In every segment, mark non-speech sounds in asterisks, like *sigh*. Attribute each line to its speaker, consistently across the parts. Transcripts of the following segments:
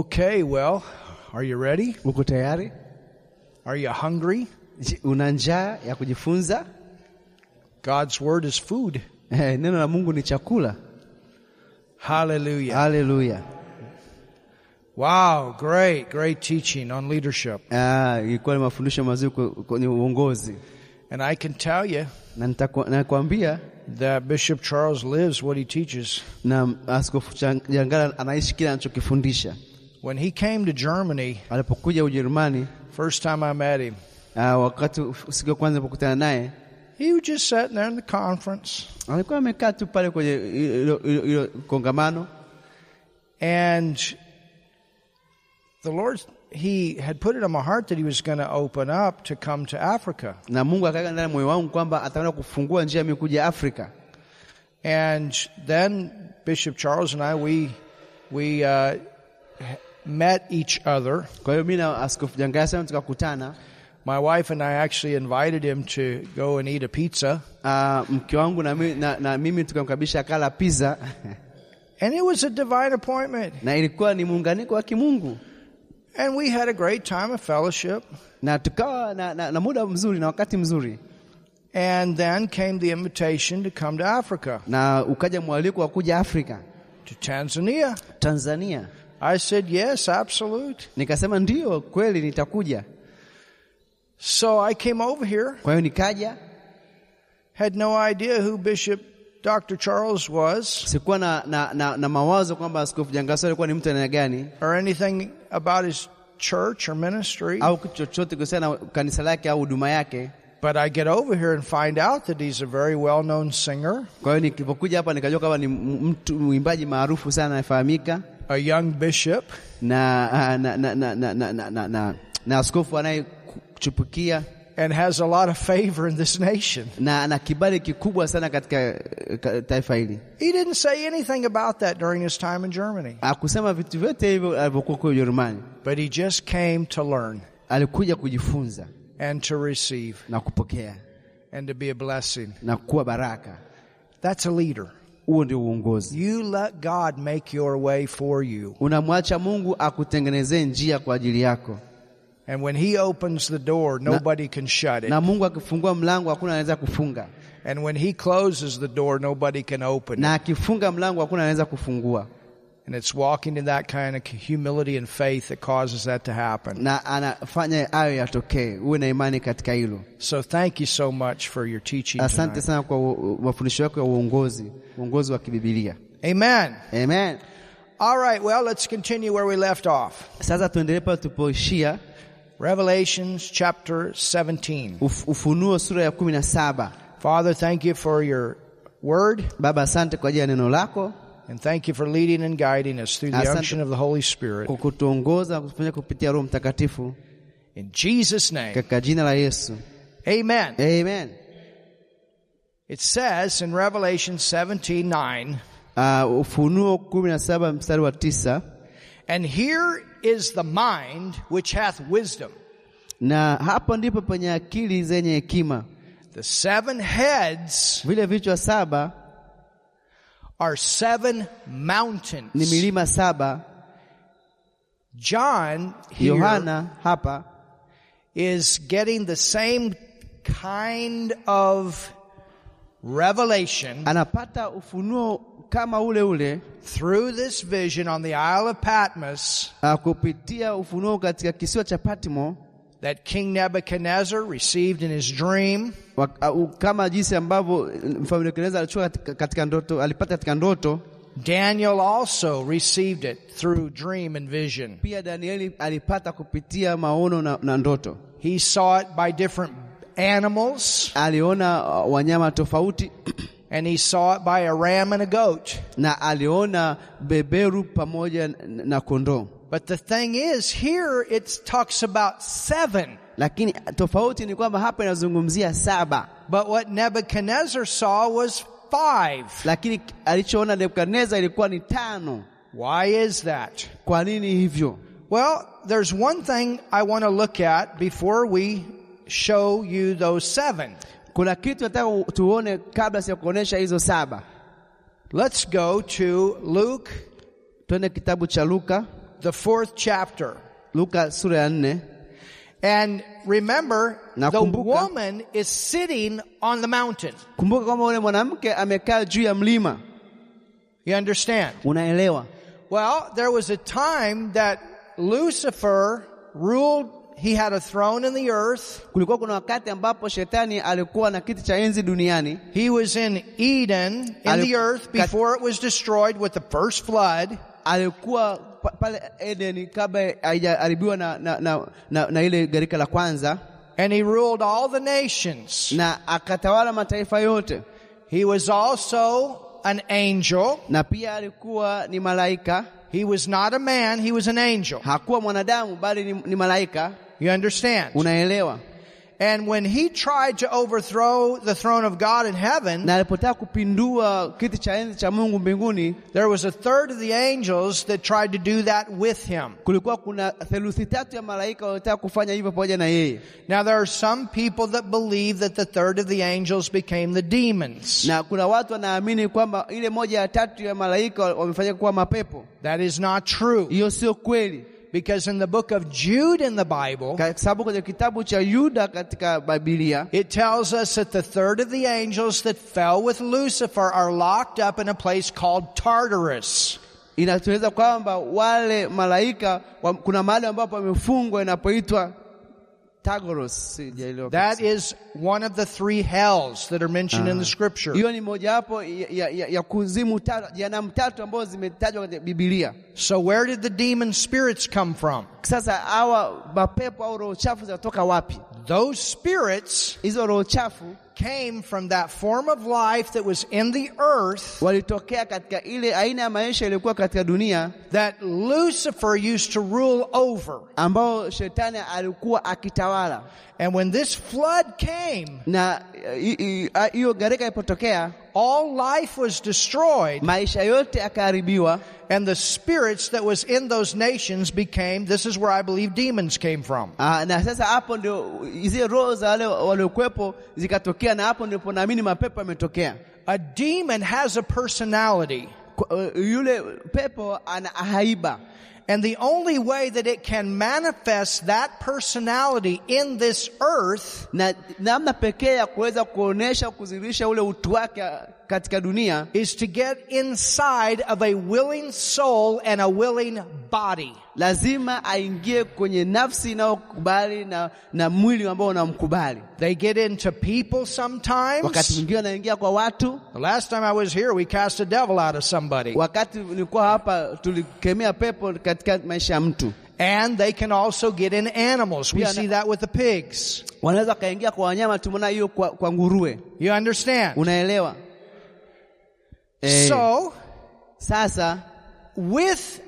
Speaker 1: Okay, well, are you ready?
Speaker 2: Uko tayari?
Speaker 1: Are you hungry?
Speaker 2: Je, Una njaa ya kujifunza?
Speaker 1: God's word is food.
Speaker 2: Eh, neno la Mungu ni chakula.
Speaker 1: Hallelujah.
Speaker 2: Haleluya!
Speaker 1: Wow, great, great teaching on leadership.
Speaker 2: Ah, ilikuwa ni mafundisho mazuri ku- kwenye uongozi,
Speaker 1: And I can tell you
Speaker 2: na nitaku- nakwambia
Speaker 1: that Bishop Charles lives what he teaches.
Speaker 2: na Askofu Chan- Jangala anaishi kile anachokifundisha.
Speaker 1: When he came to Germany,
Speaker 2: Alipokuja Ujerumani,
Speaker 1: first time I met him,
Speaker 2: ah, wakati siku ya kwanza nilipokutana naye
Speaker 1: he was just sitting there in the conference
Speaker 2: alikuwa amekaa tu pale kwenye hilo hilo- hilo kongamano,
Speaker 1: and the Lord he had put it on my heart that he was going to open up to come to Africa.
Speaker 2: na Mungu akaweka ndani ya moyo wangu kwamba ataenda kufungua njia mimi kuja Afrika.
Speaker 1: And then Bishop Charles and I, we, we uh, met each other.
Speaker 2: Kwa hiyo mimi na Askofu Jangala sana tukakutana.
Speaker 1: My wife and I actually invited him to go and eat a pizza.
Speaker 2: Uh, mke wangu na, mi, na, na mimi tukamkabisha akala pizza *laughs*
Speaker 1: And it was a divine appointment.
Speaker 2: na ilikuwa ni muunganiko wa kimungu
Speaker 1: And we had a great time of fellowship.
Speaker 2: na tukawa na, na, na muda mzuri na wakati mzuri,
Speaker 1: And then came the invitation to come to Africa,
Speaker 2: na ukaja mwaliko wa kuja Afrika,
Speaker 1: to Tanzania.
Speaker 2: Tanzania.
Speaker 1: I said, yes, absolute.
Speaker 2: Nikasema ndiyo kweli nitakuja.
Speaker 1: So I came over here,
Speaker 2: Kwa hiyo nikaja,
Speaker 1: had no idea who Bishop Dr. Charles was
Speaker 2: sikuwa na, na, na, na mawazo kwamba Askofu Jangalaso alikuwa ni mtu aina gani
Speaker 1: or anything about his church or ministry.
Speaker 2: au kitu chochote kuhusiana na kanisa lake au huduma yake.
Speaker 1: But I get over here and find out that he's a very well known singer,
Speaker 2: Kwa hiyo nilipokuja hapa nikajua kwamba ni m- mtu mwimbaji maarufu sana anayefahamika
Speaker 1: a young bishop,
Speaker 2: na ah, na na na na na na, na, na, na askofu anayekuchupukia
Speaker 1: and has a lot of favor in this nation.
Speaker 2: na ana kibali kikubwa sana katika eh, ka- taifa hili.
Speaker 1: He didn't say anything about that during his time in Germany,
Speaker 2: Akusema vitu vyote hivyo alivyokuwa kule Ujerumani,
Speaker 1: but he just came to learn
Speaker 2: alikuja kujifunza
Speaker 1: and to receive
Speaker 2: na kupokea
Speaker 1: and to be a blessing.
Speaker 2: na kuwa baraka.
Speaker 1: That's a leader.
Speaker 2: Huo ndio uongozi.
Speaker 1: You let God make your way for you.
Speaker 2: Unamwacha Mungu akutengenezee njia kwa ajili yako,
Speaker 1: And when he opens the door, nobody can shut it.
Speaker 2: na Mungu akifungua mlango hakuna anaweza kufunga,
Speaker 1: And when he closes the door, nobody can open it.
Speaker 2: na akifunga mlango hakuna anaweza kufungua,
Speaker 1: And it's walking in that kind of humility and faith that causes that to happen.
Speaker 2: na anafanya hayo yatokee. Uwe na imani katika hilo.
Speaker 1: So thank you so much for your teaching.
Speaker 2: Asante
Speaker 1: tonight.
Speaker 2: sana kwa u- mafundisho yako ya uongozi, uongozi wa kibibilia.
Speaker 1: Amen.
Speaker 2: Amen.
Speaker 1: All right, well, let's continue where we left off.
Speaker 2: Sasa tuendelee pale tulipoishia,
Speaker 1: Revelations chapter 17.
Speaker 2: Uf, Ufunuo sura ya kumi na saba.
Speaker 1: Father, thank you for your word
Speaker 2: Baba, asante kwa ajili ya neno lako,
Speaker 1: and thank you for leading and guiding us through the
Speaker 2: Asante. Oh.
Speaker 1: unction of the Holy Spirit.
Speaker 2: kwa kutuongoza na kutufanya kupitia Roho Mtakatifu
Speaker 1: In Jesus' name.
Speaker 2: katika jina la Yesu,
Speaker 1: Amen.
Speaker 2: amen.
Speaker 1: It says in Revelation 17 9,
Speaker 2: Uh, Ufunuo kumi na saba mstari wa tisa
Speaker 1: and here is the mind which hath wisdom.
Speaker 2: na hapo ndipo penye akili zenye hekima.
Speaker 1: The seven heads
Speaker 2: Vile vichwa saba
Speaker 1: are seven
Speaker 2: ni
Speaker 1: mountains.
Speaker 2: milima saba.
Speaker 1: John here
Speaker 2: Yohana hapa
Speaker 1: is getting the same kind of revelation
Speaker 2: anapata ufunuo kama ule ule
Speaker 1: through this vision on the Isle of Patmos
Speaker 2: uh, kupitia ufunuo katika kisiwa cha Patmo
Speaker 1: that King Nebuchadnezzar received in his dream.
Speaker 2: wa, uh, kama jinsi ambavyo eh, mfalme Nebukadneza alichukua katika, katika ndoto alipata katika ndoto.
Speaker 1: Daniel also received it through dream and vision.
Speaker 2: Pia Danieli alipata kupitia maono na, na ndoto.
Speaker 1: He saw it by different animals
Speaker 2: Aliona uh, wanyama tofauti *clears throat*
Speaker 1: and he saw it by a ram and a goat.
Speaker 2: na aliona beberu pamoja na, na kondoo,
Speaker 1: But the thing is, here it talks about seven.
Speaker 2: lakini ah, tofauti ni kwamba hapa inazungumzia saba,
Speaker 1: But what Nebuchadnezzar saw was five.
Speaker 2: lakini alichoona Nebukadneza ilikuwa ni tano.
Speaker 1: Why is that?
Speaker 2: Kwa nini hivyo?
Speaker 1: Well, there's one thing I want to look at before we show you those seven.
Speaker 2: Kuna kitu nataka tuone kabla ya kuonesha hizo saba.
Speaker 1: Let's go to Luke
Speaker 2: Twende kitabu cha Luka
Speaker 1: the fourth chapter.
Speaker 2: Luka sura ya nne.
Speaker 1: And remember,
Speaker 2: Na
Speaker 1: the
Speaker 2: kumbuka.
Speaker 1: woman is sitting on the mountain.
Speaker 2: Kumbuka kwamba yule mwanamke amekaa juu ya mlima,
Speaker 1: You understand?
Speaker 2: unaelewa?
Speaker 1: Well, there was a time that Lucifer ruled, he had a throne in the earth.
Speaker 2: Kulikuwa kuna wakati ambapo shetani alikuwa na kiti cha enzi duniani,
Speaker 1: He was in Eden in
Speaker 2: Ale-
Speaker 1: the earth
Speaker 2: kat-
Speaker 1: before it was destroyed with the first flood.
Speaker 2: alikuwa pa, pale Eden kabla haijaharibiwa na, na, na, na, na ile gharika la kwanza,
Speaker 1: And he ruled all the nations.
Speaker 2: na akatawala mataifa yote,
Speaker 1: He was also an angel.
Speaker 2: na pia alikuwa ni malaika.
Speaker 1: He was not a man, he was an angel.
Speaker 2: Hakuwa mwanadamu bali ni, ni malaika,
Speaker 1: You understand?
Speaker 2: unaelewa?
Speaker 1: And when he tried to overthrow the throne of God in heaven,
Speaker 2: Na alipotaka kupindua kiti cha enzi cha Mungu mbinguni,
Speaker 1: there was a third of the angels that tried to do that with him.
Speaker 2: kulikuwa kuna theluthi tatu ya malaika walitaka kufanya hivyo pamoja na yeye.
Speaker 1: Now there are some people that believe that the third of the angels became the demons.
Speaker 2: na kuna watu wanaamini kwamba ile moja ya tatu ya malaika wamefanya kuwa mapepo.
Speaker 1: That is not true.
Speaker 2: Hiyo sio kweli,
Speaker 1: Because in the book of Jude in the Bible,
Speaker 2: kwa sababu kwenye kitabu cha Yuda katika Biblia
Speaker 1: it tells us that the third of the angels that fell with Lucifer are locked up in a place called Tartarus.
Speaker 2: inatueleza kwamba wale malaika wa, kuna mahali ambapo wamefungwa inapoitwa Tagoros. Sijaelewa
Speaker 1: That
Speaker 2: kabisa.
Speaker 1: is one of the three hells that are mentioned in the scripture.
Speaker 2: Hiyo ni mojawapo ya, ya, ya, ya kuzimu tatu, jehanamu tatu ambazo zimetajwa katika Biblia.
Speaker 1: So where did the demon spirits come from?
Speaker 2: Sasa hawa mapepo au roho chafu zinatoka wapi?
Speaker 1: Those spirits
Speaker 2: Hizo roho chafu
Speaker 1: came from that form of life that was in the earth
Speaker 2: walitokea katika ile aina ya maisha iliyokuwa katika dunia
Speaker 1: that Lucifer used to rule over.
Speaker 2: ambao shetani alikuwa akitawala
Speaker 1: And when this flood came,
Speaker 2: na eh, hi- hi- a- hiyo gharika ilipotokea,
Speaker 1: all life was destroyed
Speaker 2: maisha yote yakaharibiwa
Speaker 1: and the spirits that was in those nations became, this is where I believe demons came from.
Speaker 2: Ah, na sasa hapo ndio zile roho za wale waliokuwepo zikatokea, na hapo ndipo naamini mapepo yametokea.
Speaker 1: A demon has a personality.
Speaker 2: Kwa- eh, Yule pepo ana haiba,
Speaker 1: And the only way that it can manifest that personality in this earth
Speaker 2: na namna pekee ya kuweza kuonesha kudhihirisha ule utu wake katika dunia
Speaker 1: is to get inside of a willing soul and a willing body.
Speaker 2: lazima aingie kwenye nafsi inayokubali na, na mwili ambao unamkubali.
Speaker 1: They get into people
Speaker 2: Wakati
Speaker 1: sometimes.
Speaker 2: mwingine anaingia kwa watu
Speaker 1: The last time I was here, we cast a devil out of somebody.
Speaker 2: Wakati nilikuwa hapa tulikemea pepo katika maisha ya mtu.
Speaker 1: And they can also get in animals. We
Speaker 2: Yeah,
Speaker 1: see
Speaker 2: no-
Speaker 1: that with the pigs.
Speaker 2: Wanaweza wakaingia kwa wanyama, tumeona hiyo kwa, kwa nguruwe,
Speaker 1: You understand?
Speaker 2: unaelewa eh?
Speaker 1: So,
Speaker 2: Sasa
Speaker 1: with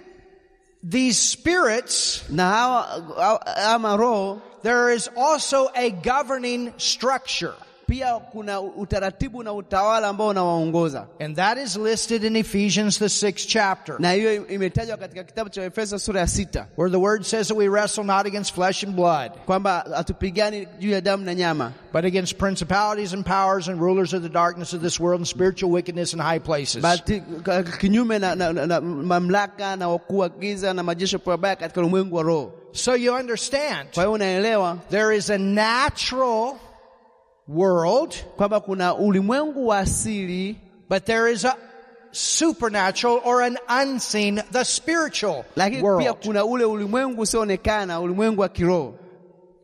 Speaker 1: these spirits,
Speaker 2: na hawa hawa- ama roho
Speaker 1: there is also a governing structure.
Speaker 2: pia kuna utaratibu na utawala ambao unawaongoza,
Speaker 1: And that is listed in Ephesians, the sixth chapter,
Speaker 2: na hiyo imetajwa katika kitabu cha Efeso sura ya sita
Speaker 1: where the word says that we wrestle not against flesh and blood,
Speaker 2: kwamba hatupigani juu ya damu na nyama,
Speaker 1: but against principalities and powers and rulers of the darkness of this world and spiritual wickedness in high places.
Speaker 2: bali ka- kinyume na, na, na, na mamlaka na wakuu wa giza na majeshi mabaya katika ulimwengu wa roho.
Speaker 1: so you understand,
Speaker 2: Kwa hiyo unaelewa
Speaker 1: there is a natural world,
Speaker 2: kwamba kuna ulimwengu wa asili
Speaker 1: but there is a supernatural or an unseen, the spiritual
Speaker 2: lakini pia
Speaker 1: world.
Speaker 2: kuna ule ulimwengu usioonekana, ulimwengu wa kiroho.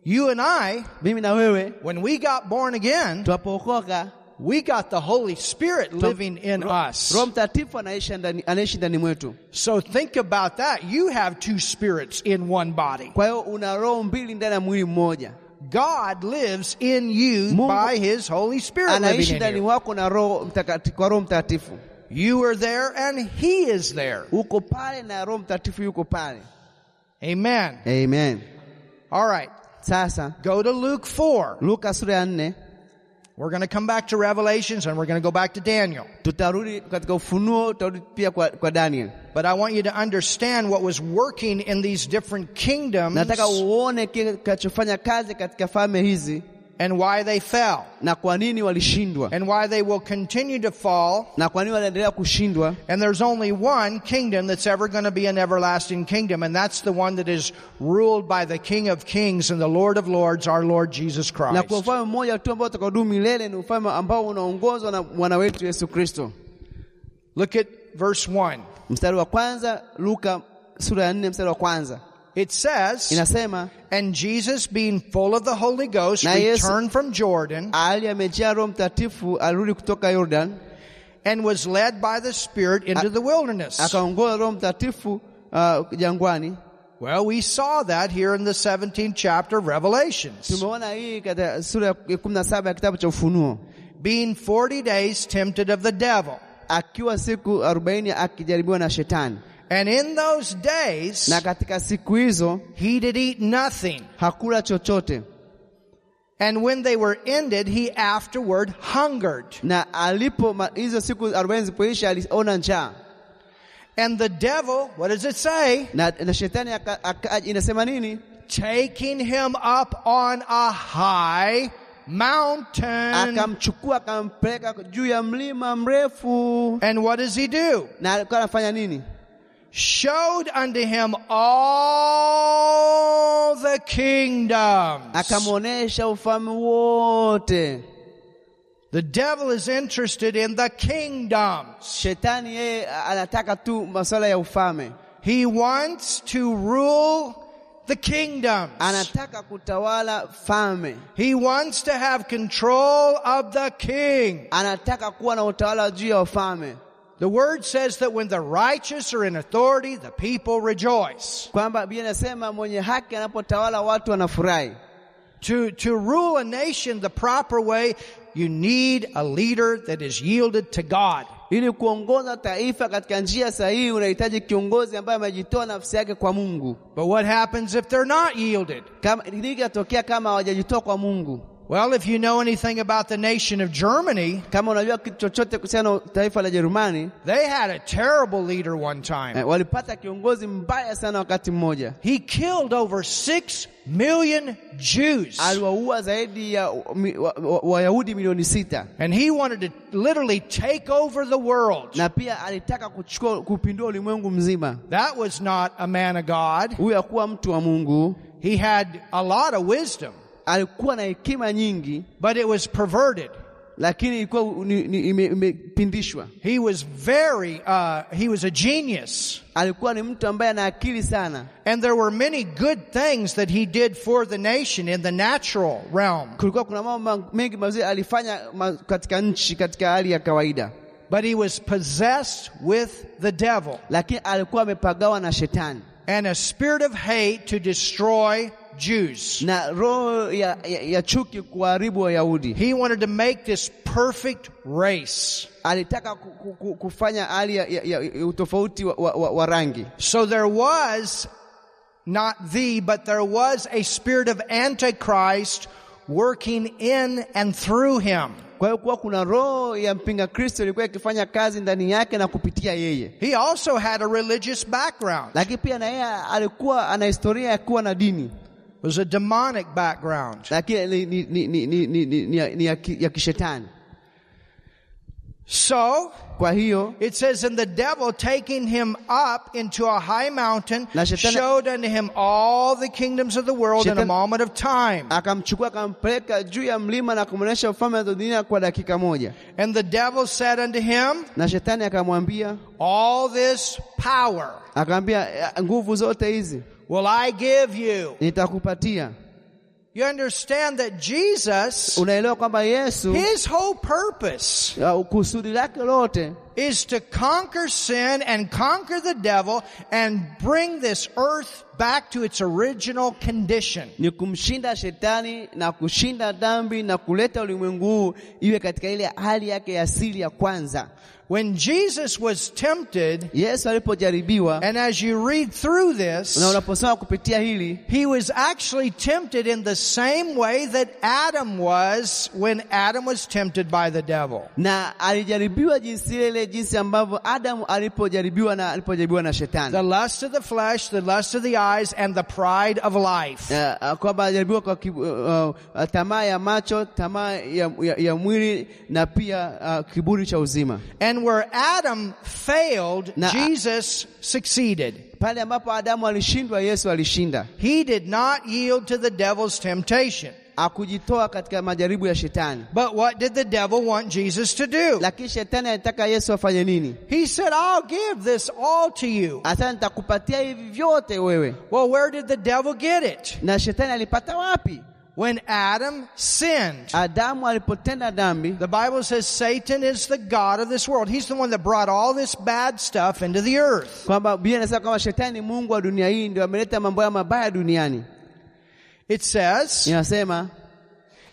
Speaker 1: You and I,
Speaker 2: Mimi na wewe
Speaker 1: when we got born again,
Speaker 2: twapookoka,
Speaker 1: we got the Holy Spirit living in us.
Speaker 2: Roho Mtakatifu anaishi ndani, anaishi ndani mwetu.
Speaker 1: So think about that. You have two spirits in one body.
Speaker 2: Kwa hiyo una roho mbili ndani ya mwili mmoja,
Speaker 1: God lives in you
Speaker 2: Mungu-
Speaker 1: by His Holy Spirit
Speaker 2: anaishi
Speaker 1: living in
Speaker 2: ndani
Speaker 1: you.
Speaker 2: wako na roho mtakatifu, kwa Roho Mtakatifu
Speaker 1: You are there and He is there.
Speaker 2: uko pale na Roho Mtakatifu yuko pale.
Speaker 1: Amen.
Speaker 2: Amen.
Speaker 1: All right.
Speaker 2: Sasa
Speaker 1: Go to Luke 4.
Speaker 2: Luka sura ya nne
Speaker 1: We're going to come back to Revelations and we're going to go back to Daniel.
Speaker 2: tutarudi katika Ufunuo, tutarudi pia kwa, kwa Daniel.
Speaker 1: But I want you to understand what was working in these different kingdoms
Speaker 2: Nataka uone kile kinachofanya kazi katika falme hizi
Speaker 1: and why they fell
Speaker 2: na kwa nini walishindwa
Speaker 1: and why they will continue to fall.
Speaker 2: na kwa nini wanaendelea kushindwa
Speaker 1: And there's only one kingdom that's ever going to be an everlasting kingdom, and that's the one that is ruled by the King of Kings and the Lord of Lords, our Lord Jesus
Speaker 2: na
Speaker 1: Christ.
Speaker 2: kwa ufalme mmoja tu ambao utakaodumu milele ni ufalme ambao unaongozwa na mwana wetu Yesu Kristo.
Speaker 1: Look at verse 1.
Speaker 2: Mstari wa kwanza Luka sura ya nne mstari wa kwanza
Speaker 1: It says,
Speaker 2: inasema
Speaker 1: And Jesus, being full of the Holy Ghost,
Speaker 2: Now, yes.
Speaker 1: returned from Jordan
Speaker 2: ali amejaa Roho Mtakatifu alirudi kutoka Yordan
Speaker 1: and was led by the Spirit into the wilderness.
Speaker 2: akaongoza Roho Mtakatifu uh, jangwani.
Speaker 1: Well, we saw that here in the 17th chapter of Revelations.
Speaker 2: Tumeona hii katika sura ya kumi na saba ya kitabu cha Ufunuo,
Speaker 1: Being 40 days tempted of the devil.
Speaker 2: akiwa siku arobaini akijaribiwa na Shetani,
Speaker 1: And in those days,
Speaker 2: na katika siku hizo
Speaker 1: he did eat nothing.
Speaker 2: hakula chochote,
Speaker 1: And when they were ended, he afterward hungered.
Speaker 2: na alipo ma- hizo siku arobaini zilipoisha aliona njaa
Speaker 1: And the devil, what does it say?
Speaker 2: na, na shetani aka, aka, inasema nini?
Speaker 1: Taking him up on a high mountain.
Speaker 2: Akamchukua akampeleka juu ya mlima mrefu,
Speaker 1: And what does he do?
Speaker 2: na alikuwa anafanya nini?
Speaker 1: Showed unto him all the kingdoms.
Speaker 2: Akamwonyesha ufalme wote.
Speaker 1: The devil is interested in the kingdoms.
Speaker 2: Shetani yeye a- anataka tu masuala ya ufalme,
Speaker 1: He wants to rule the kingdoms.
Speaker 2: anataka kutawala falme,
Speaker 1: He wants to have control of the king.
Speaker 2: anataka kuwa na utawala juu ya wafalme,
Speaker 1: The word says that when the righteous are in authority, the people rejoice.
Speaker 2: kwamba Biblia inasema mwenye haki anapotawala watu wanafurahi.
Speaker 1: To, to rule a nation the proper way, you need a leader that is yielded to God.
Speaker 2: Ili kuongoza taifa katika njia sahihi, unahitaji kiongozi ambaye amejitoa nafsi yake kwa Mungu.
Speaker 1: But what happens if they're not yielded?
Speaker 2: kama nini kinatokea kama hawajajitoa kwa Mungu?
Speaker 1: Well, if you know anything about the nation of Germany,
Speaker 2: Kama unajua kitu chochote kuhusiana na taifa la Jerumani
Speaker 1: they had a terrible leader one time.
Speaker 2: eh, walipata kiongozi mbaya sana wakati mmoja,
Speaker 1: He killed over six million Jews.
Speaker 2: aliwaua zaidi ya mi- wa- wa- Wayahudi milioni sita
Speaker 1: And he wanted to literally take over the world.
Speaker 2: na pia alitaka kuchukua kupindua ulimwengu mzima.
Speaker 1: That was not a man of God.
Speaker 2: Huyu hakuwa mtu wa Mungu,
Speaker 1: He had a lot of wisdom,
Speaker 2: alikuwa na hekima nyingi,
Speaker 1: but it was perverted.
Speaker 2: lakini ilikuwa u- ni- ni- ime- imepindishwa.
Speaker 1: He was very, uh, he was a genius.
Speaker 2: Alikuwa ni mtu ambaye ana akili sana.
Speaker 1: And there were many good things that he did for the nation in the natural realm.
Speaker 2: Kulikuwa kuna mambo ma- mengi mazuri alifanya ma- katika nchi, katika hali ya kawaida.
Speaker 1: But he was possessed with the devil
Speaker 2: lakini alikuwa amepagawa na shetani
Speaker 1: and a spirit of hate to destroy Jews.
Speaker 2: na roho ya, ya, ya chuki kuharibu Wayahudi.
Speaker 1: He wanted to make this perfect race.
Speaker 2: Alitaka ku- ku- ku- kufanya hali ya, ya, ya, ya utofauti wa, wa, wa, wa rangi.
Speaker 1: So there was not the, but there was a spirit of Antichrist working in and through him.
Speaker 2: Kwa hiyo kuwa kuna roho ya mpinga Kristo ilikuwa ikifanya kazi ndani yake na kupitia yeye,
Speaker 1: He also had a religious background.
Speaker 2: lakini pia na yeye alikuwa ana historia ya kuwa na dini,
Speaker 1: It was a demonic background.
Speaker 2: lakini ni, ni, ni, ni, ni, ni, ni, ni, ya- ni ya, ki- ya kishetani.
Speaker 1: So
Speaker 2: Kwa hiyo
Speaker 1: it says, and the devil taking him up into a high mountain
Speaker 2: Na shetani-
Speaker 1: showed unto him all the kingdoms of the world in a
Speaker 2: Shetani-
Speaker 1: moment of
Speaker 2: Ah.
Speaker 1: time.
Speaker 2: akamchukua akampeleka juu ya mlima na kumwonyesha ufalme wa dunia kwa dakika moja,
Speaker 1: And the devil said unto him,
Speaker 2: na shetani akamwambia
Speaker 1: All this power
Speaker 2: Akaambia "Eh, nguvu zote hizi
Speaker 1: will I give you.
Speaker 2: nitakupatia.
Speaker 1: You understand that Jesus
Speaker 2: Unaelewa kwamba Yesu
Speaker 1: His whole purpose
Speaker 2: uh, kusudi lake lote
Speaker 1: is to conquer sin and conquer the devil and bring this earth back to its original condition.
Speaker 2: ni kumshinda shetani na kushinda dhambi na kuleta ulimwengu huu iwe katika ile hali yake ya asili ya kwanza.
Speaker 1: When Jesus was tempted,
Speaker 2: Yesu alipojaribiwa,
Speaker 1: and as you read through
Speaker 2: na
Speaker 1: this,
Speaker 2: unaposoma kupitia hili,
Speaker 1: he was actually tempted in the same way that Adam was when Adam was tempted by the devil.
Speaker 2: na alijaribiwa jinsi ile vile jinsi ambavyo Adamu alipojaribiwa na alipojaribiwa na shetani
Speaker 1: the lust of the flesh, the lust of the eyes, and the pride of life.
Speaker 2: Eh, eh, kwamba alijaribiwa kwa kibu- eh, eh, tamaa ya macho, tamaa ya, ya, ya mwili na pia eh, kiburi cha uzima.
Speaker 1: And where Adam failed,
Speaker 2: Now, I-
Speaker 1: Jesus succeeded.
Speaker 2: Pale ambapo Adamu alishindwa, Yesu alishinda,
Speaker 1: He did not yield to the devil's temptation.
Speaker 2: akujitoa katika majaribu ya shetani.
Speaker 1: But what did the devil want Jesus to do?
Speaker 2: Lakini shetani alitaka Yesu afanye nini?
Speaker 1: He said, I'll give this all to you.
Speaker 2: Hasa nitakupatia hivi vyote wewe.
Speaker 1: Well, where did the devil get it?
Speaker 2: Na shetani alipata wapi?
Speaker 1: When Adam sinned.
Speaker 2: Adamu alipotenda dhambi,
Speaker 1: The Bible says Satan is the God of this world. He's the one that brought all this bad stuff into the earth.
Speaker 2: kwamba Biblia inasema kwamba shetani ni mungu wa dunia hii, ndio ameleta mambo haya mabaya duniani.
Speaker 1: It says,
Speaker 2: Inasema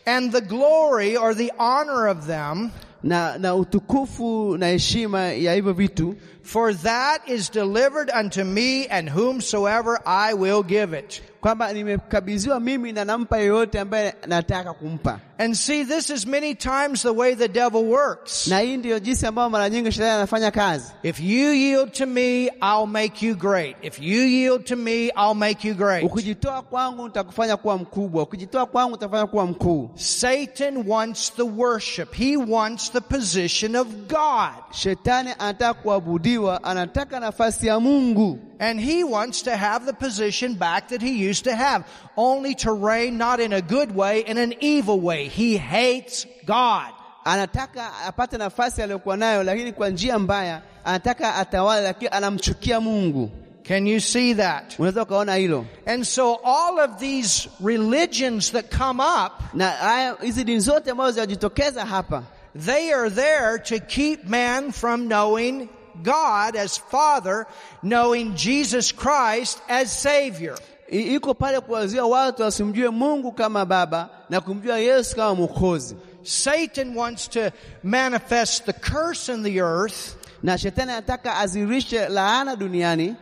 Speaker 1: and the glory or the honor of them,
Speaker 2: na, na utukufu na heshima ya hivyo vitu
Speaker 1: for that is delivered unto me and whomsoever I will give it.
Speaker 2: kwamba nimekabidhiwa mimi na nampa yeyote ambaye nataka kumpa.
Speaker 1: And see, this is many times the way the devil works.
Speaker 2: Na hii ndiyo jinsi ambayo mara nyingi shetani anafanya kazi.
Speaker 1: If you yield to me, I'll make you great. If you yield to me, I'll make you great.
Speaker 2: Ukijitoa kwangu nitakufanya kuwa mkubwa, ukijitoa kwangu nitakufanya kuwa mkuu.
Speaker 1: Satan wants the worship. He wants the position of God.
Speaker 2: Shetani anataka kuabudiwa, anataka nafasi ya Mungu,
Speaker 1: And he wants to have the position back that he used to have, only to reign not in a good way, in an evil way. He hates God.
Speaker 2: anataka apate nafasi aliyokuwa nayo, lakini kwa njia mbaya. Anataka atawale, lakini anamchukia Mungu.
Speaker 1: Can you see that?
Speaker 2: Unaweza ukaona hilo.
Speaker 1: And so all of these religions that come up,
Speaker 2: Na haya hizi dini zote ambazo zinajitokeza hapa
Speaker 1: they are there to keep man from knowing God as Father, knowing Jesus Christ as Savior.
Speaker 2: I- iko pale kuwazuia watu wasimjue Mungu kama Baba na kumjua Yesu kama Mwokozi.
Speaker 1: Satan wants to manifest the curse in the earth.
Speaker 2: Na shetani anataka azirishe laana duniani.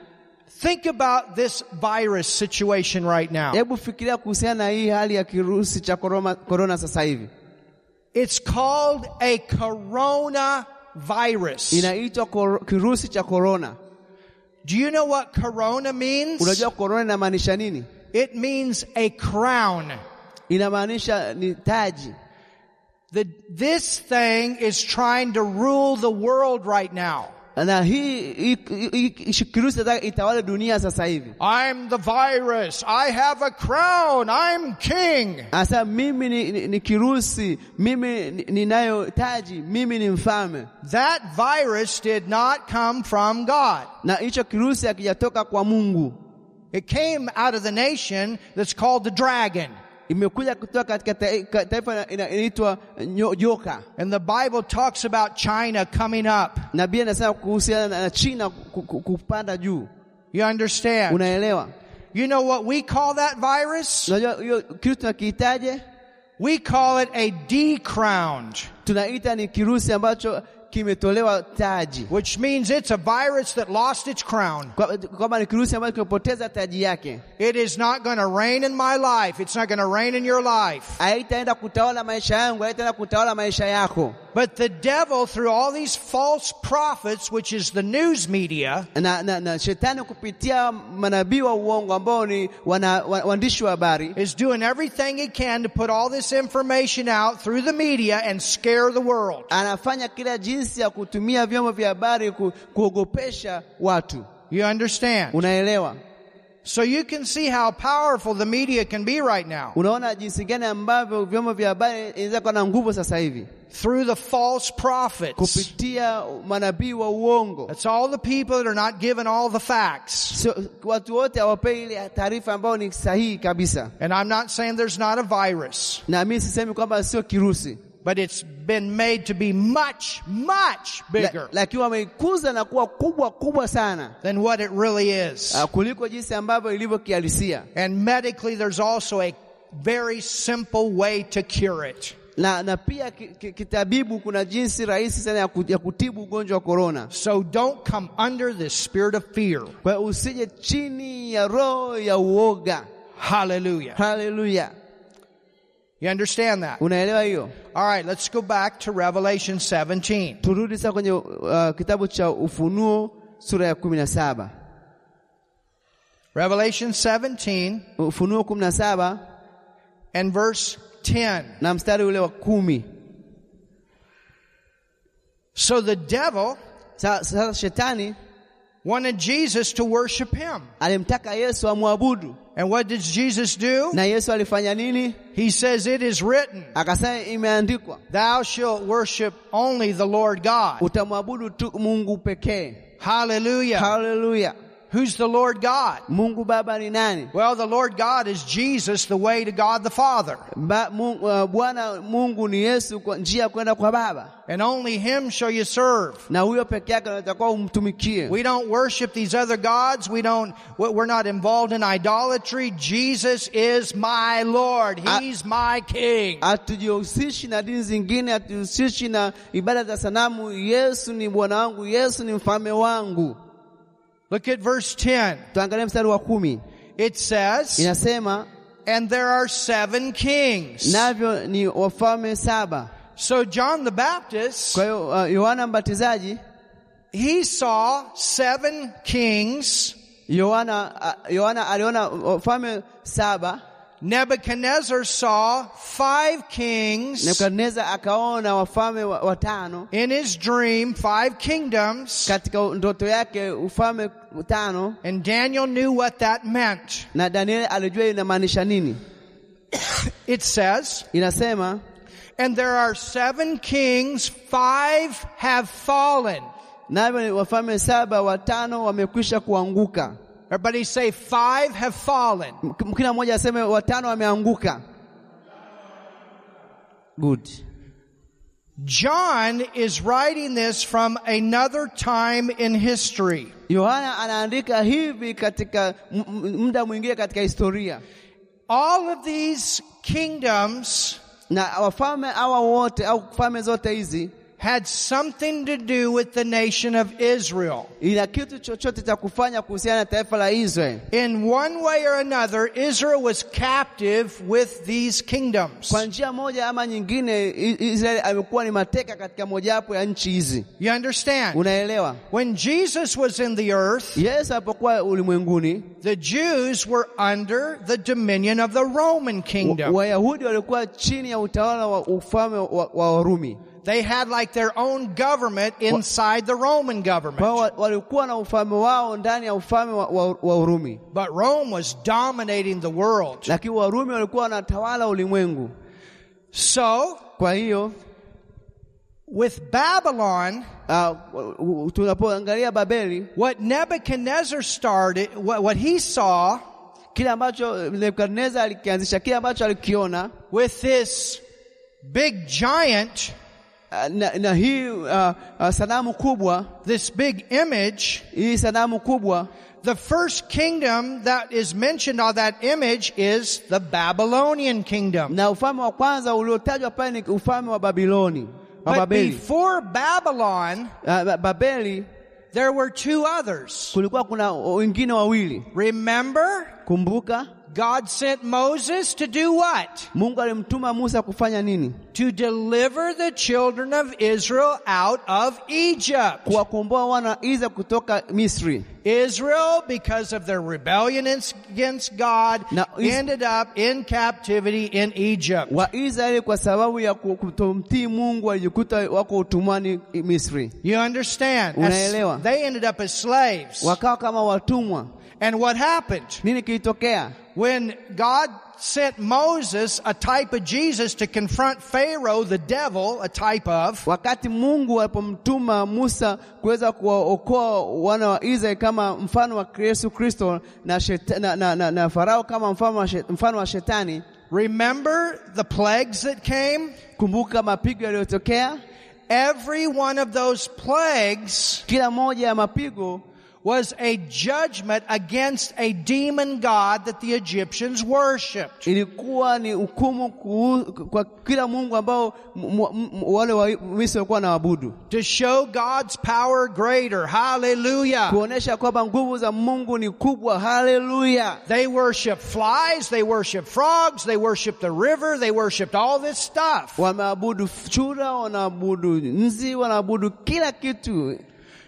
Speaker 1: Think about this virus situation right now.
Speaker 2: Hebu fikiria kuhusiana na hii hali ya kirusi cha koroma- korona sasa hivi,
Speaker 1: It's called a coronavirus.
Speaker 2: inaitwa kor- kirusi cha korona.
Speaker 1: Do you know what corona means?
Speaker 2: Unajua korona inamaanisha nini?
Speaker 1: It means a crown.
Speaker 2: Inamaanisha ni taji.
Speaker 1: The, this thing is trying to rule the world right now.
Speaker 2: Na hii hii- hii- hii kirusi nataka itawale dunia sasa hivi.
Speaker 1: I'm the virus. I have a crown. I'm king.
Speaker 2: Asa mimi ni, ni, ni kirusi, mimi ni- ninayo taji, mimi ni mfalme.
Speaker 1: That virus did not come from God.
Speaker 2: na hicho kirusi hakijatoka kwa Mungu,
Speaker 1: It came out of the nation that's called the dragon.
Speaker 2: imekuja kutoka katika ta- ka- taifa ina- ina- inaitwa nyo- joka.
Speaker 1: And the Bible talks about China coming up.
Speaker 2: Na Biblia inasema kuhusiana na- na China ku- ku- kupanda juu,
Speaker 1: You understand?
Speaker 2: unaelewa?
Speaker 1: You know what we call that virus?
Speaker 2: Unajua hiyo kirusi tunakihitaje,
Speaker 1: We call it a decrowned,
Speaker 2: tunaita ni kirusi ambacho kimetolewa taji,
Speaker 1: which means it's a virus that lost its crown.
Speaker 2: Kwa- kwamba ni kirusi ambacho kimepoteza taji yake,
Speaker 1: It is not going to reign in my life. It's not going to reign in your life.
Speaker 2: haitaenda kutawala maisha yangu, haitaenda kutawala maisha yako.
Speaker 1: But the devil, through all these false prophets, which is the news media,
Speaker 2: Na, na, na shetani kupitia manabii wa uongo ambao ni wana, wa- waandishi wa habari
Speaker 1: is doing everything he can to put all this information out through the media and scare the world.
Speaker 2: anafanya kila jinsi ya kutumia vyombo vya habari ku, kuogopesha watu,
Speaker 1: You understand?
Speaker 2: unaelewa?
Speaker 1: So you can see how powerful the media can be right now
Speaker 2: Unaona jinsi gani ambavyo vyombo vya habari inaweza kuwa na nguvu sasa hivi
Speaker 1: through the false prophets.
Speaker 2: kupitia manabii wa uongo.
Speaker 1: That's all the people that are not given all the facts.
Speaker 2: Sio watu wote hawapei ile taarifa ambayo ni sahihi kabisa,
Speaker 1: And I'm not saying there's not a virus,
Speaker 2: na mimi sisemi kwamba sio kirusi,
Speaker 1: but it's been made to be much, much bigger
Speaker 2: La- lakini wameikuza na kuwa kubwa kubwa sana
Speaker 1: than what it really is.
Speaker 2: ah, kuliko jinsi ambavyo ilivyo kihalisia,
Speaker 1: And medically, there's also a very simple way to cure it.
Speaker 2: na, na pia ki- ki- kitabibu kuna jinsi rahisi sana ya ku- ya kutibu ugonjwa wa korona.
Speaker 1: So don't come under this spirit of fear.
Speaker 2: Kwa hiyo usije chini ya roho ya uoga.
Speaker 1: Hallelujah.
Speaker 2: Haleluya!
Speaker 1: You understand that?
Speaker 2: Unaelewa hiyo?
Speaker 1: All right, let's go back to Revelation 17.
Speaker 2: Turudi sasa kwenye uh, kitabu cha Ufunuo sura ya kumi na saba
Speaker 1: Revelation 17
Speaker 2: Ufunuo kumi na saba
Speaker 1: and verse 10.
Speaker 2: na mstari ule wa kumi.
Speaker 1: So the devil
Speaker 2: Sa- Sasa shetani
Speaker 1: wanted Jesus to worship him.
Speaker 2: alimtaka Yesu amwabudu,
Speaker 1: And what did Jesus do?
Speaker 2: na Yesu alifanya nini?
Speaker 1: He says, It is written,
Speaker 2: Akasema imeandikwa,
Speaker 1: Thou shalt worship only the Lord God.
Speaker 2: utamwabudu tu Mungu pekee.
Speaker 1: Hallelujah.
Speaker 2: Haleluya!
Speaker 1: Who's the Lord God?
Speaker 2: Mungu Baba ni nani?
Speaker 1: Well, the Lord God is Jesus, the way to God the Father.
Speaker 2: Ba, Mungu, uh, Bwana Mungu ni Yesu, kwa njia ya kwenda kwa Baba,
Speaker 1: And only Him shall you serve.
Speaker 2: na huyo peke yake unatakiwa umtumikie.
Speaker 1: We don't worship these other gods. We don't, we're not involved in idolatry. Jesus is my Lord.
Speaker 2: I-
Speaker 1: He's my King.
Speaker 2: hatujihusishi na dini zingine, hatujihusishi na ibada za sanamu. Yesu ni Bwana wangu, Yesu ni mfalme wangu.
Speaker 1: Look at verse 10.
Speaker 2: Tuangalie mstari wa kumi,
Speaker 1: It says,
Speaker 2: inasema
Speaker 1: And there are seven kings.
Speaker 2: navyo ni wafalme saba.
Speaker 1: So John the Baptist,
Speaker 2: Kwa hiyo uh, Yohana Mbatizaji,
Speaker 1: he saw seven kings.
Speaker 2: Yohana uh, Yohana aliona wafalme saba.
Speaker 1: Nebuchadnezzar saw five kings.
Speaker 2: Nebukadneza akaona wafalme wa- watano
Speaker 1: in his dream five kingdoms
Speaker 2: katika ndoto yake, ufalme tano,
Speaker 1: and daniel knew what that meant
Speaker 2: na Danieli alijua inamaanisha nini.
Speaker 1: it says
Speaker 2: Inasema
Speaker 1: and there are seven kings five have fallen
Speaker 2: navyo ni wafalme saba, watano wamekwisha kuanguka.
Speaker 1: everybody say five have fallen
Speaker 2: M- Kila mmoja aseme watano wameanguka. Good.
Speaker 1: john is writing this from another time in history
Speaker 2: Yohana anaandika hivi katika m- m- muda mwingine katika historia,
Speaker 1: all of these kingdoms
Speaker 2: na wafalme hawa wote au falme zote hizi
Speaker 1: had something to do with the nation of israel
Speaker 2: ina kitu chochote cha kufanya kuhusiana na taifa la Israeli.
Speaker 1: in one way or another israel was captive with these kingdoms
Speaker 2: Kwa njia moja ama nyingine, I- Israeli amekuwa ni mateka katika mojawapo ya nchi hizi.
Speaker 1: You understand?
Speaker 2: Unaelewa,
Speaker 1: When Jesus was in the earth,
Speaker 2: Yesu alipokuwa ulimwenguni
Speaker 1: the Jews were under the dominion of the Roman
Speaker 2: Wa-
Speaker 1: kingdom.
Speaker 2: Wayahudi walikuwa chini ya utawala wa ufalme wa, wa Warumi.
Speaker 1: They had like their own government inside the Roman
Speaker 2: Kwa hiyo
Speaker 1: government.
Speaker 2: wa- walikuwa na ufalme wao ndani ya ufalme wa, wa, wa Urumi,
Speaker 1: But Rome was dominating the world.
Speaker 2: lakini Warumi walikuwa wanatawala ulimwengu.
Speaker 1: So,
Speaker 2: Kwa hiyo
Speaker 1: with Babylon,
Speaker 2: uh, tunapoangalia Babeli,
Speaker 1: what Nebuchadnezzar started, what, what he saw
Speaker 2: kile ambacho Nebukadneza alikianzisha, kile ambacho alikiona
Speaker 1: with this big giant,
Speaker 2: uh, na, na hii uh, uh, sanamu kubwa,
Speaker 1: this big image,
Speaker 2: hii sanamu kubwa,
Speaker 1: The first kingdom that is mentioned on that image is the Babylonian kingdom.
Speaker 2: na ufalme wa kwanza uliotajwa pale ni ufalme wa Babiloni wa
Speaker 1: But
Speaker 2: Babeli.
Speaker 1: before Babylon,
Speaker 2: Uh, Ba- Babeli
Speaker 1: there were two others.
Speaker 2: kulikuwa kuna wengine wawili.
Speaker 1: Remember,
Speaker 2: Kumbuka,
Speaker 1: God sent Moses to do what?
Speaker 2: Mungu alimtuma Musa kufanya nini?
Speaker 1: To deliver the children of Israel out of Egypt.
Speaker 2: Kuwakomboa wana wa Israeli kutoka Misri.
Speaker 1: Israel, because of their rebellion ins- against God,
Speaker 2: Now, is-
Speaker 1: ended up in captivity in Egypt.
Speaker 2: Waisraeli kwa sababu ya ku- kutomtii Mungu walijikuta wako utumwani Misri,
Speaker 1: You understand? As-
Speaker 2: Unaelewa.
Speaker 1: they ended up as slaves.
Speaker 2: wakawa kama watumwa.
Speaker 1: And what happened?
Speaker 2: Nini kilitokea
Speaker 1: When God sent Moses, a type of Jesus, to confront Pharaoh, the devil, a type of,
Speaker 2: wakati Mungu alipomtuma Musa kuweza kuwaokoa wana wa Israeli kama mfano wa Yesu Kristo na, sheta- na, na, na, na Farao kama mfano wa, shet- mfano wa shetani?
Speaker 1: remember the plagues that came?
Speaker 2: Kumbuka mapigo yaliyotokea,
Speaker 1: Every one of those plagues
Speaker 2: kila moja ya mapigo
Speaker 1: was a judgment against a demon god that the Egyptians worshipped.
Speaker 2: ilikuwa ni hukumu kuhu- kwa kila mungu ambao m- m- m- wale wa Misri walikuwa na wabudu,
Speaker 1: To show God's power greater. Hallelujah.
Speaker 2: kuonesha kwamba nguvu za Mungu ni kubwa. Haleluya!
Speaker 1: They worship flies, they worship frogs, they worship the river, they worshiped all this stuff.
Speaker 2: Wanaabudu chura, wanaabudu nzi, wanaabudu kila kitu.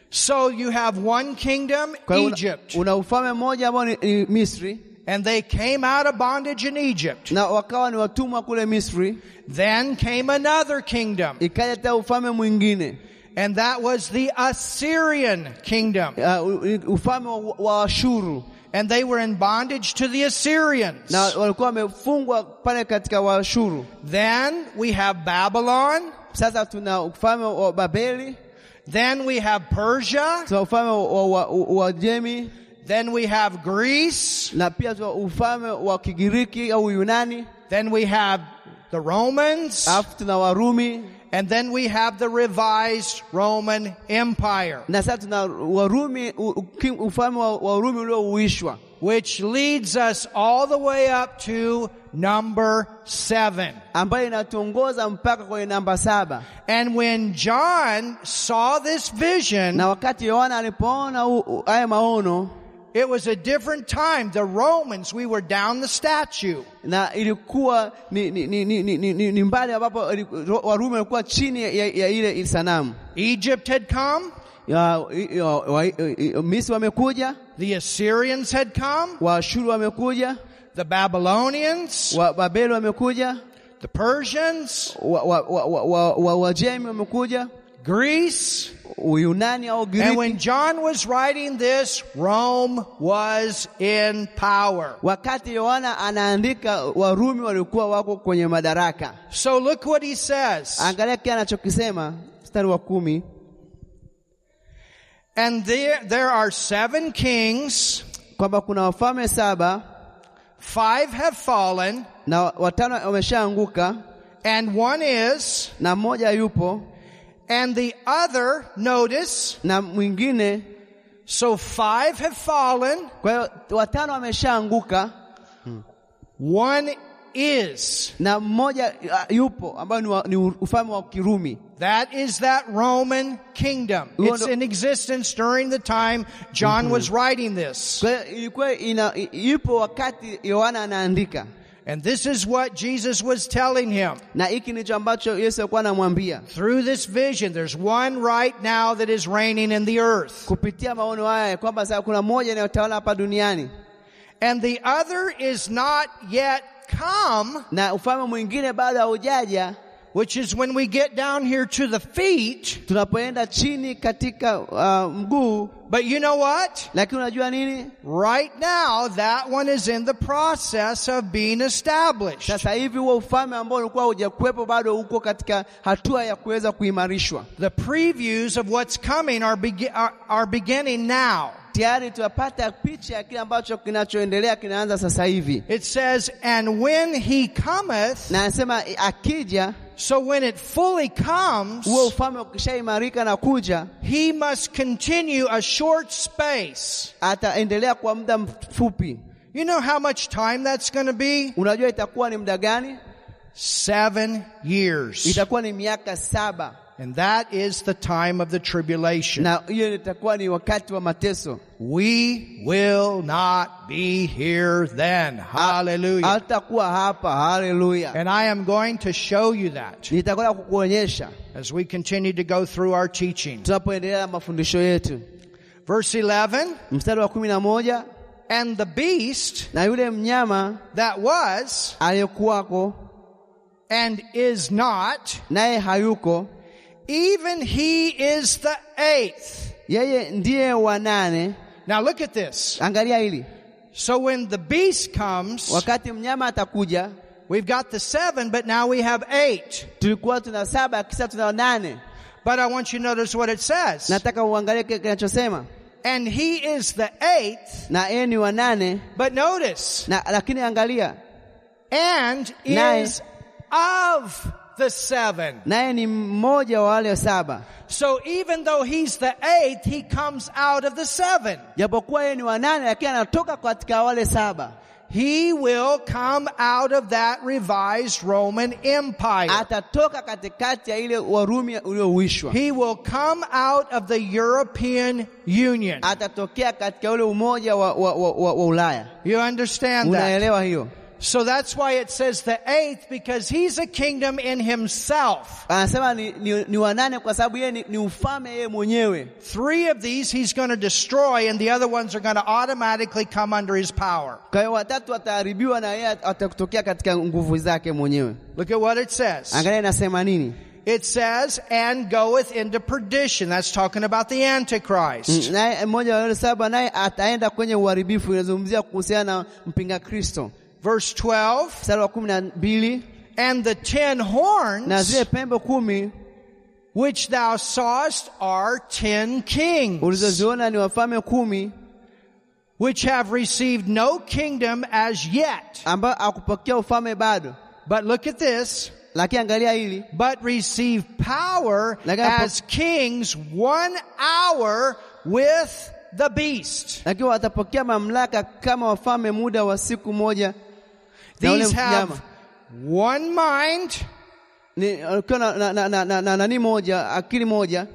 Speaker 1: So you have one kingdom,
Speaker 2: Kwa hiyo una,
Speaker 1: Egypt.
Speaker 2: una ufalme mmoja ambao ni, ni Misri,
Speaker 1: And they came out of bondage in Egypt.
Speaker 2: na wakawa ni watumwa kule Misri.
Speaker 1: Then came another kingdom,
Speaker 2: Ikaja tena ufalme mwingine
Speaker 1: and that was the Assyrian kingdom.
Speaker 2: uh, ufalme wa, wa Ashuru,
Speaker 1: And they were in bondage to the Assyrians.
Speaker 2: na walikuwa wamefungwa pale katika Waashuru.
Speaker 1: Then we have Babylon.
Speaker 2: Sasa tuna ufalme wa Babeli,
Speaker 1: Then we have Persia.
Speaker 2: tuna ufalme wa, wa, wa Wajemi
Speaker 1: Then we have Greece.
Speaker 2: na pia tuna ufalme wa Kigiriki au Yunani,
Speaker 1: Then we have the Romans.
Speaker 2: alafu tuna Warumi
Speaker 1: And then we have the revised Roman Empire,
Speaker 2: na sasa tuna Warumi, u- u- ki- ufalme wa Warumi uliouishwa
Speaker 1: which leads us all the way up to number seven.
Speaker 2: ambayo inatuongoza mpaka kwenye namba saba.
Speaker 1: And when John saw this vision,
Speaker 2: Na wakati Yohana alipoona u- u- haya maono
Speaker 1: it was a different time. The Romans, we were down the statue.
Speaker 2: na ilikuwa ni, ni, ni, ni, ni, ni, ni mbali ambapo iliku- ro- Warumi walikuwa chini ya, ya ile sanamu
Speaker 1: Egypt had come.
Speaker 2: ya, ya, wa, ya, Misri wamekuja,
Speaker 1: The Assyrians had come.
Speaker 2: Waashuru wamekuja,
Speaker 1: The Babylonians.
Speaker 2: wa Babeli wamekuja,
Speaker 1: The Persians.
Speaker 2: wa wa wa, wa, wa, wa Wajemi wamekuja,
Speaker 1: Greece.
Speaker 2: Uyunani au
Speaker 1: And
Speaker 2: Giriki.
Speaker 1: when John was writing this, Rome was in power.
Speaker 2: Wakati Yohana anaandika, Warumi walikuwa wako kwenye madaraka.
Speaker 1: So look what he says.
Speaker 2: Angalia kile anachokisema mstari wa kumi.
Speaker 1: And there, there are seven kings.
Speaker 2: kwamba kuna wafalme saba
Speaker 1: Five have fallen.
Speaker 2: na watano wameshaanguka
Speaker 1: And one is.
Speaker 2: na mmoja yupo
Speaker 1: And the other, notice.
Speaker 2: na mwingine.
Speaker 1: So five have fallen.
Speaker 2: Kwa hiyo watano wameshaanguka
Speaker 1: One is.
Speaker 2: na mmoja ah, yupo ambayo ni, wa- ni ufalme wa Kirumi.
Speaker 1: That is that Roman kingdom.
Speaker 2: Well,
Speaker 1: It's
Speaker 2: no-
Speaker 1: in existence during the time John was writing this.
Speaker 2: Kwa hiyo ilikuwa ina, i- ipo wakati Yohana anaandika,
Speaker 1: And this is what Jesus was telling him.
Speaker 2: na hiki ndicho ambacho Yesu alikuwa anamwambia
Speaker 1: Through this vision, there's one right now that is reigning in the earth,
Speaker 2: kupitia maono haya ya kwamba sasa kuna mmoja inayotawala hapa duniani
Speaker 1: and the other is not yet come,
Speaker 2: na ufalme mwingine bado haujaja.
Speaker 1: which is when we get down here to the feet.
Speaker 2: Tunapoenda chini katika ah, mguu,
Speaker 1: But you know what?
Speaker 2: lakini unajua nini?
Speaker 1: Right now, that one is in the process of being established.
Speaker 2: Sasa hivi huo ufalme ambao ulikuwa hujakuwepo bado uko katika hatua ya kuweza kuimarishwa.
Speaker 1: The previews of what's coming are, begi- are, are beginning now.
Speaker 2: Tayari tunapata picha ya kile ambacho kinachoendelea kinaanza sasa hivi,
Speaker 1: It says, and when he cometh,
Speaker 2: na anasema "I- akija
Speaker 1: so when it fully comes,
Speaker 2: huo ufalme ukishaimarika na kuja,
Speaker 1: he must continue a short space.
Speaker 2: ataendelea kwa muda mfupi.
Speaker 1: You know how much time that's going to be?
Speaker 2: Unajua itakuwa ni muda gani?
Speaker 1: Seven years.
Speaker 2: Itakuwa ni miaka saba,
Speaker 1: And that is the time of the tribulation.
Speaker 2: na hiyo itakuwa ni wakati wa mateso.
Speaker 1: We will not be here then.
Speaker 2: uh,
Speaker 1: Hallelujah.
Speaker 2: Hatakuwa hapa. Haleluya!
Speaker 1: And I am going to show you that
Speaker 2: Nitakwenda kukuonyesha
Speaker 1: as we continue to go through our teaching.
Speaker 2: tunapoendelea na mafundisho yetu.
Speaker 1: Verse 11,
Speaker 2: Mstari wa kumi na moja
Speaker 1: and the beast
Speaker 2: na yule mnyama
Speaker 1: that was
Speaker 2: aliyekuwako
Speaker 1: and is not,
Speaker 2: naye hayuko,
Speaker 1: even he is the eighth.
Speaker 2: yeye ndiye wa nane.
Speaker 1: Now look at this.
Speaker 2: Angalia hili,
Speaker 1: So when the beast comes,
Speaker 2: wakati mnyama atakuja,
Speaker 1: we've got the seven, but now we have eight.
Speaker 2: tulikuwa tuna saba, kisa tuna nane.
Speaker 1: But I want you to notice what it says.
Speaker 2: Nataka uangalie kile kinachosema,
Speaker 1: And he is the eighth,
Speaker 2: na yeye ni wa nane
Speaker 1: but notice,
Speaker 2: na, lakini angalia
Speaker 1: and
Speaker 2: Nine.
Speaker 1: is of the seven.
Speaker 2: naye ni mmoja wa wale saba.
Speaker 1: So even though he's the eighth, he comes out of the seven.
Speaker 2: Japokuwa yeye ni wanane, lakini anatoka katika wale saba,
Speaker 1: He will come out of that revised Roman Empire.
Speaker 2: atatoka katikati ya ile Warumi uliowishwa,
Speaker 1: He will come out of the European Union.
Speaker 2: atatokea katika ule umoja wa, wa, wa, wa, wa Ulaya.
Speaker 1: You understand that?
Speaker 2: Unaelewa hiyo?
Speaker 1: So that's why it says the eighth, because he's a kingdom in himself.
Speaker 2: Anasema ni, ni, ni wanane kwa sababu yeye ni, ni ufalme yeye mwenyewe.
Speaker 1: Three of these he's going to destroy, and the other ones are going to automatically come under his power.
Speaker 2: Kwa hiyo watatu wataharibiwa na yeye atakutokea katika nguvu zake mwenyewe.
Speaker 1: Look at what it says.
Speaker 2: Angalia inasema nini?
Speaker 1: It says, and goeth into perdition. That's talking about the Antichrist.
Speaker 2: Mm, Naye mmoja wa wale saba naye ataenda kwenye uharibifu. Inazungumzia kuhusiana na mpinga Kristo,
Speaker 1: Verse 12,
Speaker 2: mstari wa kumi na mbili
Speaker 1: and the ten
Speaker 2: na
Speaker 1: horns
Speaker 2: zile pembe kumi
Speaker 1: which thou sawest are ten kings,
Speaker 2: ulizoziona ni wafalme kumi
Speaker 1: which have received no kingdom as yet.
Speaker 2: ambao akupokea ufalme bado,
Speaker 1: But look at this.
Speaker 2: lakini angalia hili
Speaker 1: but receive power
Speaker 2: Like I-
Speaker 1: as kings one hour with the beast.
Speaker 2: lakini watapokea mamlaka kama wafalme muda wa siku moja. Na ule
Speaker 1: These have
Speaker 2: mnyama
Speaker 1: one mind
Speaker 2: Ni- wakiwa na, na, na, na, na, na nani moja, akili moja,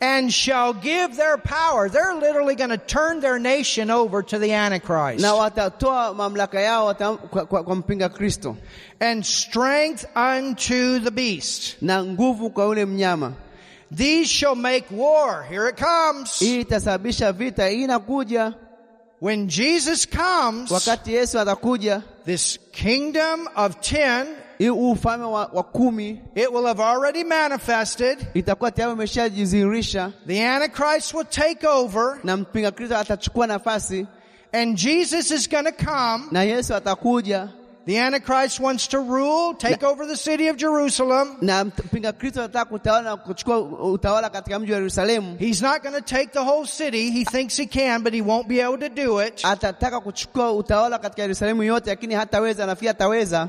Speaker 1: and shall give their power. They're literally going to turn their nation over to the Antichrist.
Speaker 2: na watatoa mamlaka yao wata, kwa, kwa, kwa mpinga Kristo
Speaker 1: and strength unto the beast.
Speaker 2: na nguvu kwa yule mnyama.
Speaker 1: These shall make war. Here it comes.
Speaker 2: Hii itasababisha vita. Hii inakuja
Speaker 1: When Jesus comes,
Speaker 2: wakati Yesu atakuja.
Speaker 1: this kingdom of ten,
Speaker 2: Hii huu ufalme wa, wa kumi
Speaker 1: it will have already manifested.
Speaker 2: itakuwa tayari umeshajidhihirisha,
Speaker 1: The Antichrist will take over.
Speaker 2: na mpinga Kristo atachukua nafasi,
Speaker 1: And Jesus is going to come.
Speaker 2: na Yesu atakuja,
Speaker 1: The Antichrist wants to rule, take over the city of Jerusalem.
Speaker 2: na mt- mpinga Kristo anataka kutawala na kuchukua u- utawala katika mji wa Yerusalemu.
Speaker 1: He's not going to take the whole city. He thinks he can, but he won't be able to do it.
Speaker 2: Atataka kuchukua utawala katika Yerusalemu yote, lakini hataweza. Nafikiri ataweza,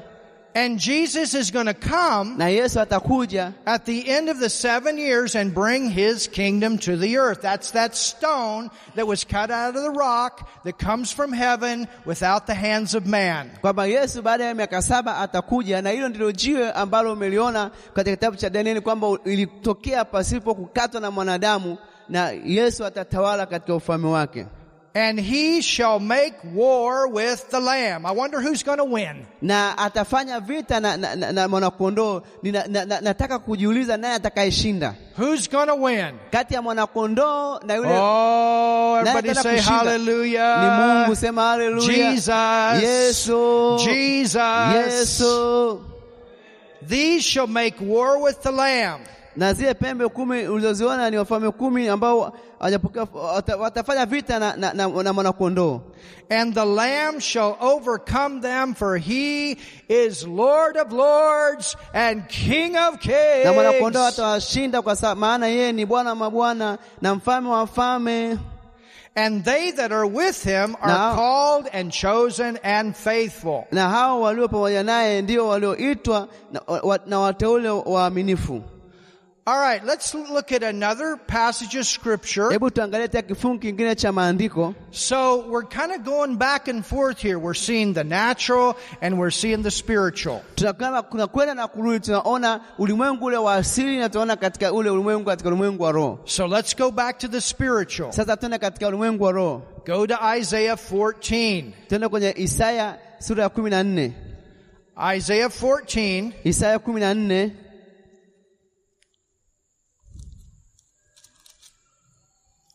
Speaker 1: And Jesus is going to come
Speaker 2: na Yesu atakuja
Speaker 1: at the end of the seven years and bring his kingdom to the earth. That's that stone that was cut out of the rock that comes from heaven without the hands of man.
Speaker 2: kwamba Yesu baada ya miaka saba atakuja, na hilo ndilo jiwe ambalo umeliona katika kitabu cha Danieli kwamba ilitokea pasipo kukatwa na mwanadamu, na Yesu atatawala katika ufalme wake,
Speaker 1: And he shall make war with the lamb. I wonder who's going to win.
Speaker 2: na atafanya vita na, na, na, na mwanakondoo. Nina, na, na, nataka kujiuliza naye atakayeshinda
Speaker 1: Who's going to win?
Speaker 2: kati ya mwanakondoo na yule
Speaker 1: Oh,
Speaker 2: naye
Speaker 1: everybody
Speaker 2: ataenda
Speaker 1: say
Speaker 2: kushinda. Ni
Speaker 1: hallelujah.
Speaker 2: Mungu, sema haleluya.
Speaker 1: Oh, Jesus.
Speaker 2: Yesu,
Speaker 1: Jesus.
Speaker 2: Yesu.
Speaker 1: These shall make war with the Lamb.
Speaker 2: na zile pembe kumi ulizoziona ni wafalme kumi ambao hawajapokea- wata- watafanya vita na, na, na, na mwanakondoo,
Speaker 1: And the Lamb shall overcome them, for he is Lord of lords and King of kings.
Speaker 2: na mwanakondoo atawashinda kwa sa, maana yeye ni Bwana wa mabwana na mfalme wa wafalme,
Speaker 1: And they that are with him are
Speaker 2: Now-
Speaker 1: called and chosen and faithful.
Speaker 2: na hao walio pamoja naye ndio walioitwa na, wa, na wateule waaminifu.
Speaker 1: All right, let's look at another passage of scripture.
Speaker 2: Hebu tuangalie tena kifungu kingine cha maandiko.
Speaker 1: So we're kind of going back and forth here. We're seeing the natural and we're seeing the spiritual.
Speaker 2: Tunakana- Tunakwenda na kurudi, tunaona ulimwengu ule wa asili na tunaona katika ule ulimwengu, katika ulimwengu wa roho.
Speaker 1: So let's go back to the spiritual.
Speaker 2: Sasa tuende katika ulimwengu wa roho.
Speaker 1: Go to Isaiah 14.
Speaker 2: Tuende kwenye Isaya sura ya kumi na nne
Speaker 1: Isaiah 14
Speaker 2: Isaya kumi na nne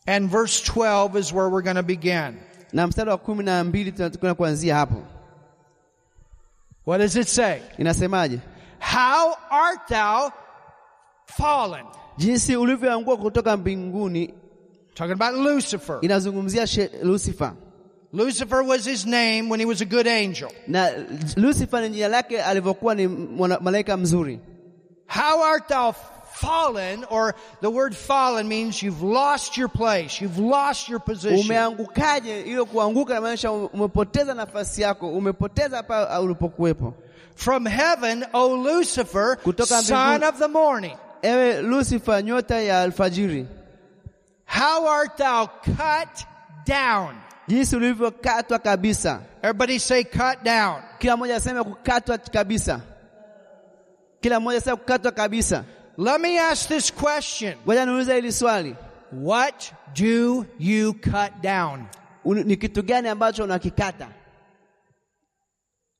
Speaker 1: and verse 12 is where we're going to begin.
Speaker 2: na mstari wa kumi na mbili tunakwenda kuanzia hapo.
Speaker 1: What does it say?
Speaker 2: Inasemaje?
Speaker 1: How art thou fallen?
Speaker 2: Jinsi ulivyoangua kutoka mbinguni.
Speaker 1: Talking about Lucifer.
Speaker 2: Inazungumzia she, Lucifer
Speaker 1: Lucifer was his name when he was a good angel.
Speaker 2: na Lucifer ni jina lake alivyokuwa ni mwana- malaika mzuri.
Speaker 1: How art thou fallen? Or the word fallen means you've lost your place. You've lost your position.
Speaker 2: Umeangukaje? Ile kuanguka inamaanisha umepoteza nafasi yako, umepoteza pa ulipokuwepo.
Speaker 1: From heaven, O Lucifer,
Speaker 2: Kutoka
Speaker 1: son
Speaker 2: mbinguni.
Speaker 1: of the morning,
Speaker 2: ewe Lucifer, nyota ya alfajiri,
Speaker 1: how art thou cut down?
Speaker 2: jinsi ulivyokatwa kabisa.
Speaker 1: Everybody say cut down.
Speaker 2: Kila mmoja aseme kukatwa kabisa, kila mmoja aseme kukatwa kabisa.
Speaker 1: Let me ask this question.
Speaker 2: Ngoja niulize hili swali,
Speaker 1: What do you cut down?
Speaker 2: Uni- ni kitu gani ambacho unakikata?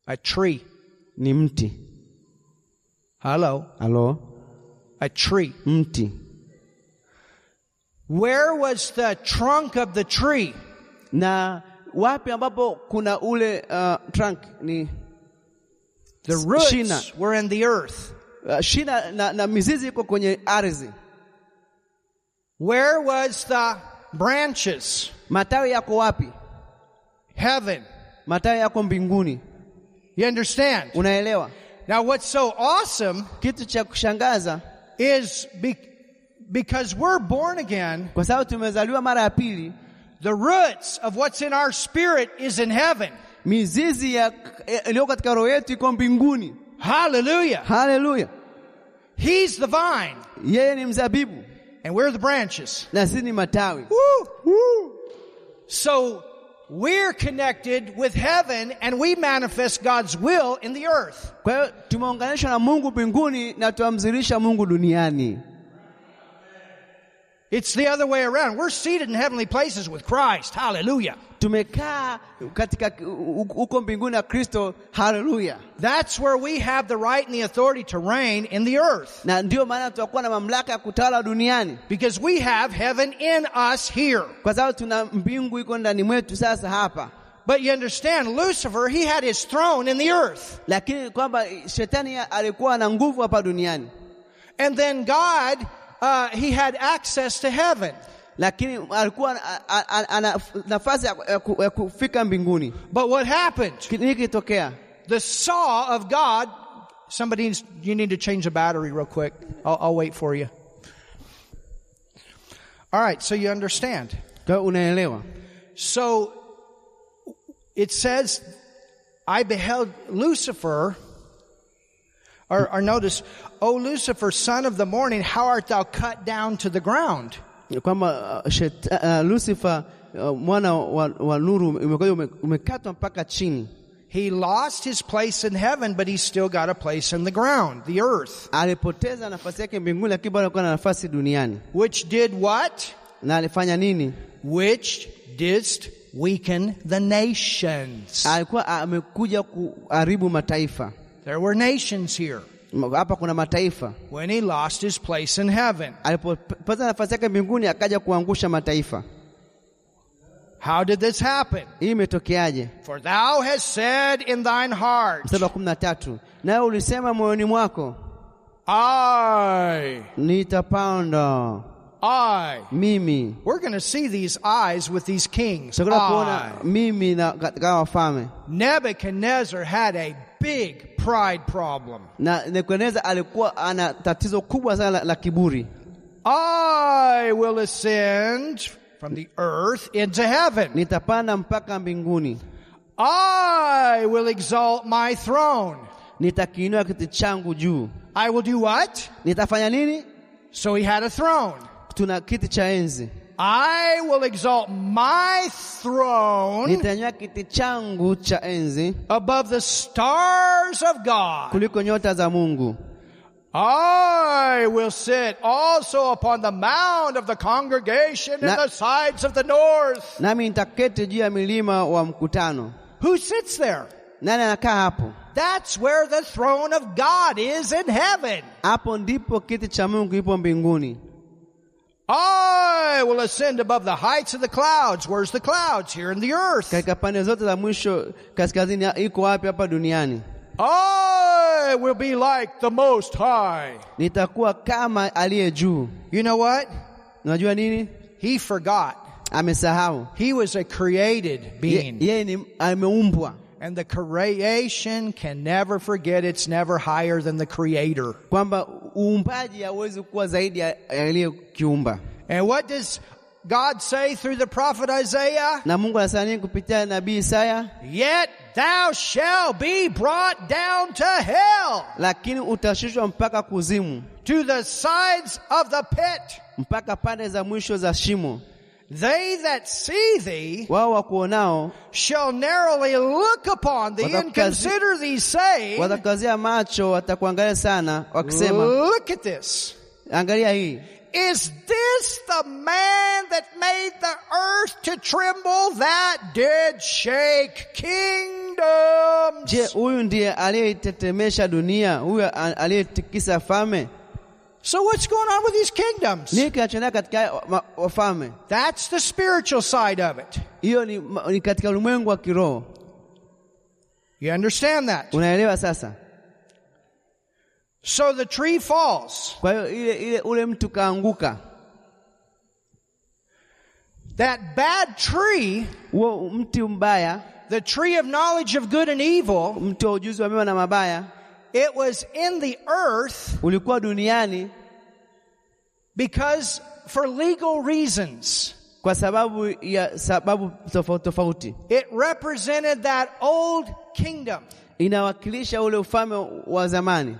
Speaker 1: A tree.
Speaker 2: Ni mti.
Speaker 1: Hello.
Speaker 2: Halo,
Speaker 1: A tree.
Speaker 2: mti.
Speaker 1: Where was the trunk of the tree?
Speaker 2: Na wapi ambapo kuna ule uh, trunk ni
Speaker 1: The roots
Speaker 2: Shina.
Speaker 1: were in the earth.
Speaker 2: uh, shina na, na mizizi iko kwenye ardhi,
Speaker 1: Where was the branches?
Speaker 2: matawi yako wapi?
Speaker 1: Heaven.
Speaker 2: Matawi yako mbinguni.
Speaker 1: You understand?
Speaker 2: Unaelewa?
Speaker 1: Now what's so awesome
Speaker 2: Kitu cha kushangaza
Speaker 1: is be- because we're born again,
Speaker 2: kwa sababu tumezaliwa mara ya pili,
Speaker 1: the roots of what's in our spirit is in heaven.
Speaker 2: mizizi ya eh, iliyo katika roho yetu iko mbinguni.
Speaker 1: Hallelujah.
Speaker 2: Haleluya!
Speaker 1: He's the vine
Speaker 2: Yeye ni mzabibu
Speaker 1: and we're the branches.
Speaker 2: na sisi ni matawi.
Speaker 1: Woo! So we're connected with heaven and we manifest God's will in the earth.
Speaker 2: Kwa hiyo tumeunganishwa na Mungu mbinguni na tuamzirisha Mungu duniani.
Speaker 1: It's the other way around. We're seated in heavenly places with Christ. Hallelujah.
Speaker 2: Tumekaa katika huko mbinguni na Kristo. Haleluya!
Speaker 1: That's where we have the right and the authority to reign in the earth
Speaker 2: Na ndiyo maana tutakuwa na mamlaka ya kutawala duniani,
Speaker 1: because we have heaven in us here.
Speaker 2: kwa sababu tuna mbingu iko ndani mwetu sasa hapa.
Speaker 1: But you understand, Lucifer, he had his throne in the earth.
Speaker 2: Lakini kwamba shetani alikuwa na nguvu hapa duniani,
Speaker 1: And then God, uh, he had access to heaven.
Speaker 2: lakini alikuwa a- a- a- ana nafasi ya- ya ku- ya kufika mbinguni.
Speaker 1: But what happened?
Speaker 2: Nini kilitokea?
Speaker 1: the saw of God. Somebody, needs- you need to change the battery real quick. I'll, I'll wait for you. All right, so you understand.
Speaker 2: Kwa hiyo unaelewa,
Speaker 1: So it says, I beheld Lucifer, or, or notice, O Lucifer, son of the morning, how art thou cut down to the ground?
Speaker 2: kwamba uh, shet- uh, Lucifer uh, mwana wa, wa nuru umekuja ume- umekatwa mpaka chini.
Speaker 1: He lost his place in heaven, but he's still got a place in the ground, the earth,
Speaker 2: Alipoteza nafasi yake mbinguni, lakini bado alikuwa na nafasi duniani.
Speaker 1: which did what?
Speaker 2: Na alifanya nini?
Speaker 1: which didst weaken the nations.
Speaker 2: Alikuwa uh, amekuja kuharibu mataifa.
Speaker 1: There were nations here
Speaker 2: M- Hapa kuna mataifa.
Speaker 1: when he lost his place in heaven.
Speaker 2: Alipopata nafasi yake mbinguni, akaja kuangusha mataifa.
Speaker 1: How did this happen?
Speaker 2: Hii imetokeaje?
Speaker 1: For thou hast said in thine heart,
Speaker 2: Mstari wa kumi na tatu, nawe ulisema moyoni mwako,
Speaker 1: I,
Speaker 2: nitapanda
Speaker 1: I.
Speaker 2: mimi.
Speaker 1: We're going to see these eyes with these kings.
Speaker 2: Tutakwenda
Speaker 1: I.
Speaker 2: kuona mimi na katika wafalme
Speaker 1: Nebuchadnezzar had a big pride problem.
Speaker 2: na Nebukadneza alikuwa ana tatizo kubwa sana la, la kiburi.
Speaker 1: I will ascend from the earth into heaven.
Speaker 2: Nitapanda mpaka mbinguni,
Speaker 1: I will exalt my throne.
Speaker 2: nitakiinua kiti changu juu.
Speaker 1: I will do what?
Speaker 2: Nitafanya nini?
Speaker 1: So he had a throne.
Speaker 2: Tuna kiti cha enzi,
Speaker 1: I will exalt my throne
Speaker 2: nitanyanyua kiti changu cha enzi
Speaker 1: above the stars of God.
Speaker 2: kuliko nyota za Mungu.
Speaker 1: I will sit also upon the mound of the congregation in
Speaker 2: Na-
Speaker 1: the sides of the north.
Speaker 2: Nami nitaketi juu ya milima wa mkutano.
Speaker 1: Who sits there?
Speaker 2: Nani anakaa hapo?
Speaker 1: That's where the throne of God is in heaven.
Speaker 2: Hapo ndipo kiti cha Mungu ipo mbinguni.
Speaker 1: I will ascend above the heights of the clouds. Where's the clouds? Here in the earth.
Speaker 2: Katika pande zote za mwisho kaskazini iko wapi hapa duniani?
Speaker 1: I will be like the Most High.
Speaker 2: Nitakuwa kama aliye juu.
Speaker 1: You know what?
Speaker 2: Unajua nini?
Speaker 1: He forgot.
Speaker 2: Amesahau.
Speaker 1: He was a created
Speaker 2: Ye-
Speaker 1: being.
Speaker 2: Yeye ni ameumbwa.
Speaker 1: And the creation can never forget it's never higher than the creator.
Speaker 2: Kwamba uumbaji hauwezi kuwa zaidi ya ya aliyekiumba.
Speaker 1: And what does God say through the prophet Isaiah?
Speaker 2: Na Mungu anasema nini kupitia nabii Isaya?
Speaker 1: Yet thou shalt be brought down to hell,
Speaker 2: lakini utashushwa mpaka kuzimu,
Speaker 1: to the sides of the pit.
Speaker 2: mpaka pande za mwisho za shimo.
Speaker 1: They that see thee
Speaker 2: Wao wakuonao
Speaker 1: shall narrowly look upon thee and
Speaker 2: Watakazi-
Speaker 1: consider thee, saying,
Speaker 2: watakazia macho, watakuangalia sana, wakisema,
Speaker 1: Look at this.
Speaker 2: angalia hii
Speaker 1: Is this the man that made the earth to tremble that did shake kingdoms?
Speaker 2: Je, huyu ndiye aliyeitetemesha dunia? Huyu a- aliyetikisa falme?
Speaker 1: So what's going on with these kingdoms?
Speaker 2: Nini kinachoendelea katika ma- wafalme?
Speaker 1: That's the spiritual side of it.
Speaker 2: Hiyo ni, ma- ni katika ulimwengu wa kiroho.
Speaker 1: You understand that?
Speaker 2: Unaelewa sasa?
Speaker 1: So the tree falls.
Speaker 2: Kwa hiyo ile, ile ule mtu kaanguka,
Speaker 1: That bad tree,
Speaker 2: huo mti mbaya,
Speaker 1: the tree of knowledge of good and evil,
Speaker 2: mti wa ujuzi wa mema na mabaya,
Speaker 1: it was in the earth
Speaker 2: ulikuwa duniani
Speaker 1: because for legal reasons.
Speaker 2: kwa sababu ya sababu tofauti tofauti.
Speaker 1: It represented that old kingdom.
Speaker 2: Inawakilisha ule ufalme wa zamani.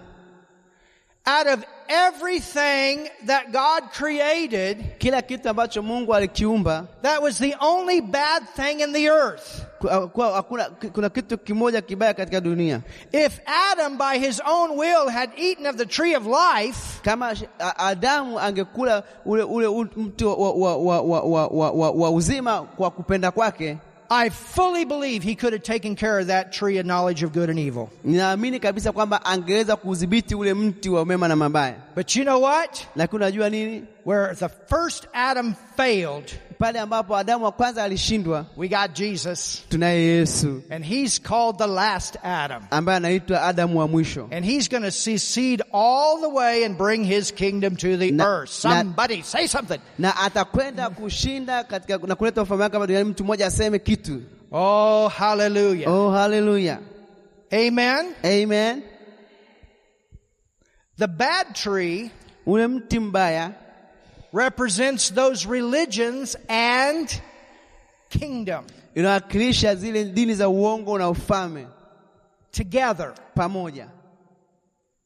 Speaker 1: Out of everything that God created,
Speaker 2: Kila kitu ambacho Mungu alikiumba
Speaker 1: that was the only bad thing in the earth.
Speaker 2: kwa, kwa, hakuna, kuna kitu kimoja kibaya katika dunia.
Speaker 1: If Adam by his own will had eaten of the tree of life,
Speaker 2: kama sh- a- Adamu angekula ule ule u- mti wa, wa, wa, wa, wa, wa, wa, wa uzima kwa kupenda kwake,
Speaker 1: I fully believe he could have taken care of that tree of knowledge of good and evil.
Speaker 2: ninaamini kabisa kwamba angeweza kuudhibiti ule mti wa mema na mabaya.
Speaker 1: But you know what?
Speaker 2: Lakini unajua nini?
Speaker 1: Where the first Adam failed,
Speaker 2: Pale ambapo Adamu wa kwanza alishindwa,
Speaker 1: we got Jesus,
Speaker 2: tunaye Yesu
Speaker 1: and he's called the last Adam.
Speaker 2: ambaye anaitwa Adamu wa mwisho,
Speaker 1: And he's going to secede all the way and bring his kingdom to the
Speaker 2: Na-
Speaker 1: earth.
Speaker 2: na-
Speaker 1: Somebody say something.
Speaker 2: na atakwenda kushinda katika na kuleta ufalme wake hapa duniani. Mtu mmoja aseme kitu.
Speaker 1: Oh, hallelujah.
Speaker 2: Oh, haleluya,
Speaker 1: Amen.
Speaker 2: amen.
Speaker 1: The bad tree
Speaker 2: Ule mti mbaya
Speaker 1: represents those religions and kingdom
Speaker 2: inawakilisha zile dini za uongo na ufalme
Speaker 1: together.
Speaker 2: pamoja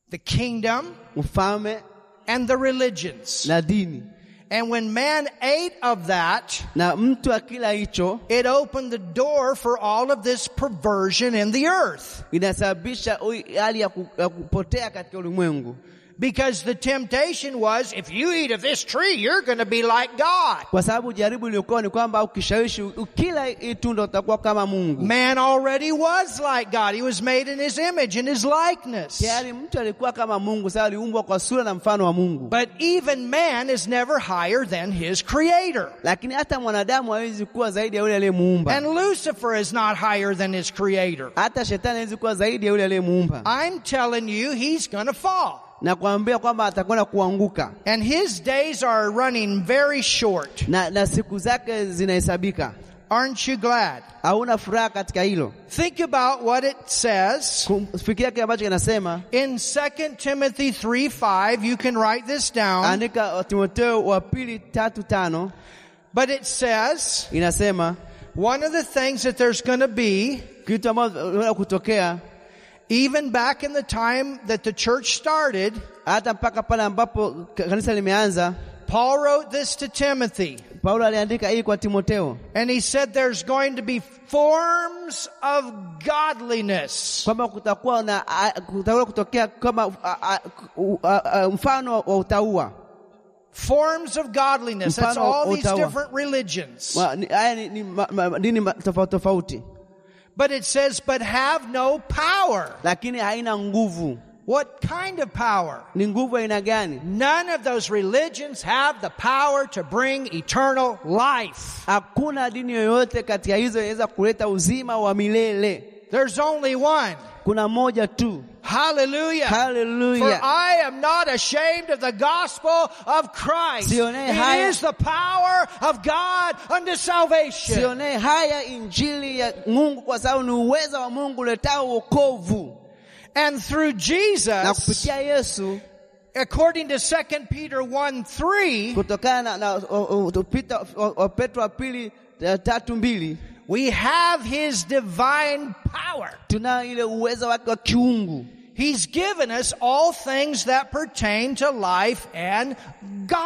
Speaker 1: The kingdom
Speaker 2: ufalme
Speaker 1: and the religions.
Speaker 2: na dini,
Speaker 1: And when man ate of that,
Speaker 2: na mtu akila hicho
Speaker 1: it opened the door for all of this perversion in the earth.
Speaker 2: inasababisha ui- hali ya, ku, ya kupotea katika ulimwengu,
Speaker 1: Because the temptation was, if you eat of this tree, you're going to be like God.
Speaker 2: kwa sababu jaribu lilikuwa ni kwamba ukishawishi, ukila hii tunda utakuwa kama Mungu.
Speaker 1: Man already was like God. He was made in his image and his likeness.
Speaker 2: Tayari mtu alikuwa kama Mungu, sasa aliumbwa kwa sura na mfano wa Mungu,
Speaker 1: But even man is never higher than his creator.
Speaker 2: lakini hata mwanadamu hawezi kuwa zaidi ya yule aliyemuumba,
Speaker 1: And Lucifer is not higher than his creator.
Speaker 2: hata shetani hawezi kuwa zaidi ya yule aliyemuumba.
Speaker 1: I'm telling you, he's going to fall.
Speaker 2: Na kuambia kwamba atakwenda kuanguka
Speaker 1: And his days are running very short.
Speaker 2: na, na siku zake zinahesabika.
Speaker 1: Aren't you glad?
Speaker 2: Hauna furaha katika hilo.
Speaker 1: Think about what it says
Speaker 2: Kum- Fikiria kile ambacho kinasema
Speaker 1: in 2 Timothy 3 5. You can write this down.
Speaker 2: Andika wa Timotheo wa pili tatu tano
Speaker 1: But it says
Speaker 2: inasema
Speaker 1: one of the things that there's going to be,
Speaker 2: kitu ambacho unaweza kutokea
Speaker 1: even back in the time that the church started,
Speaker 2: hata mpaka pale ambapo ka- kanisa limeanza.
Speaker 1: Paul wrote this to Timothy.
Speaker 2: Paulo aliandika hii kwa Timotheo
Speaker 1: And he said there's going to be forms of godliness.
Speaker 2: kwamba kutakuwa na a- kutakuwa kutokea kama a- a- u- a- a- mfano wa utaua.
Speaker 1: Forms of godliness. That's
Speaker 2: Mfano
Speaker 1: all these
Speaker 2: utawa.
Speaker 1: different religions.
Speaker 2: Ma- ni- Haya ni- ni ma- ma- dini ma- tofauti tofauti,
Speaker 1: But it says, but have no power.
Speaker 2: lakini haina nguvu.
Speaker 1: What kind of power?
Speaker 2: Ni nguvu aina gani?
Speaker 1: None of those religions have the power to bring eternal life.
Speaker 2: Hakuna dini yoyote katika hizo inaweza kuleta uzima wa milele.
Speaker 1: There's only one.
Speaker 2: Kuna moja tu.
Speaker 1: Hallelujah. For
Speaker 2: Hallelujah.
Speaker 1: I am not ashamed of the gospel of Christ.
Speaker 2: Sione
Speaker 1: It
Speaker 2: haya.
Speaker 1: is the power of God unto salvation.
Speaker 2: Sionee haya injili ya Mungu kwa sababu ni uwezo wa Mungu uletao wokovu,
Speaker 1: And through
Speaker 2: na
Speaker 1: Jesus,
Speaker 2: kupitia Yesu
Speaker 1: according to 2 Peter 1 3,
Speaker 2: kutokana na, na o, o, Peter, o, o, Petro wa pili eh, tatu mbili
Speaker 1: We have his divine power.
Speaker 2: tunao ile uweza wake wa kiungu
Speaker 1: He's given us all things that pertain to life and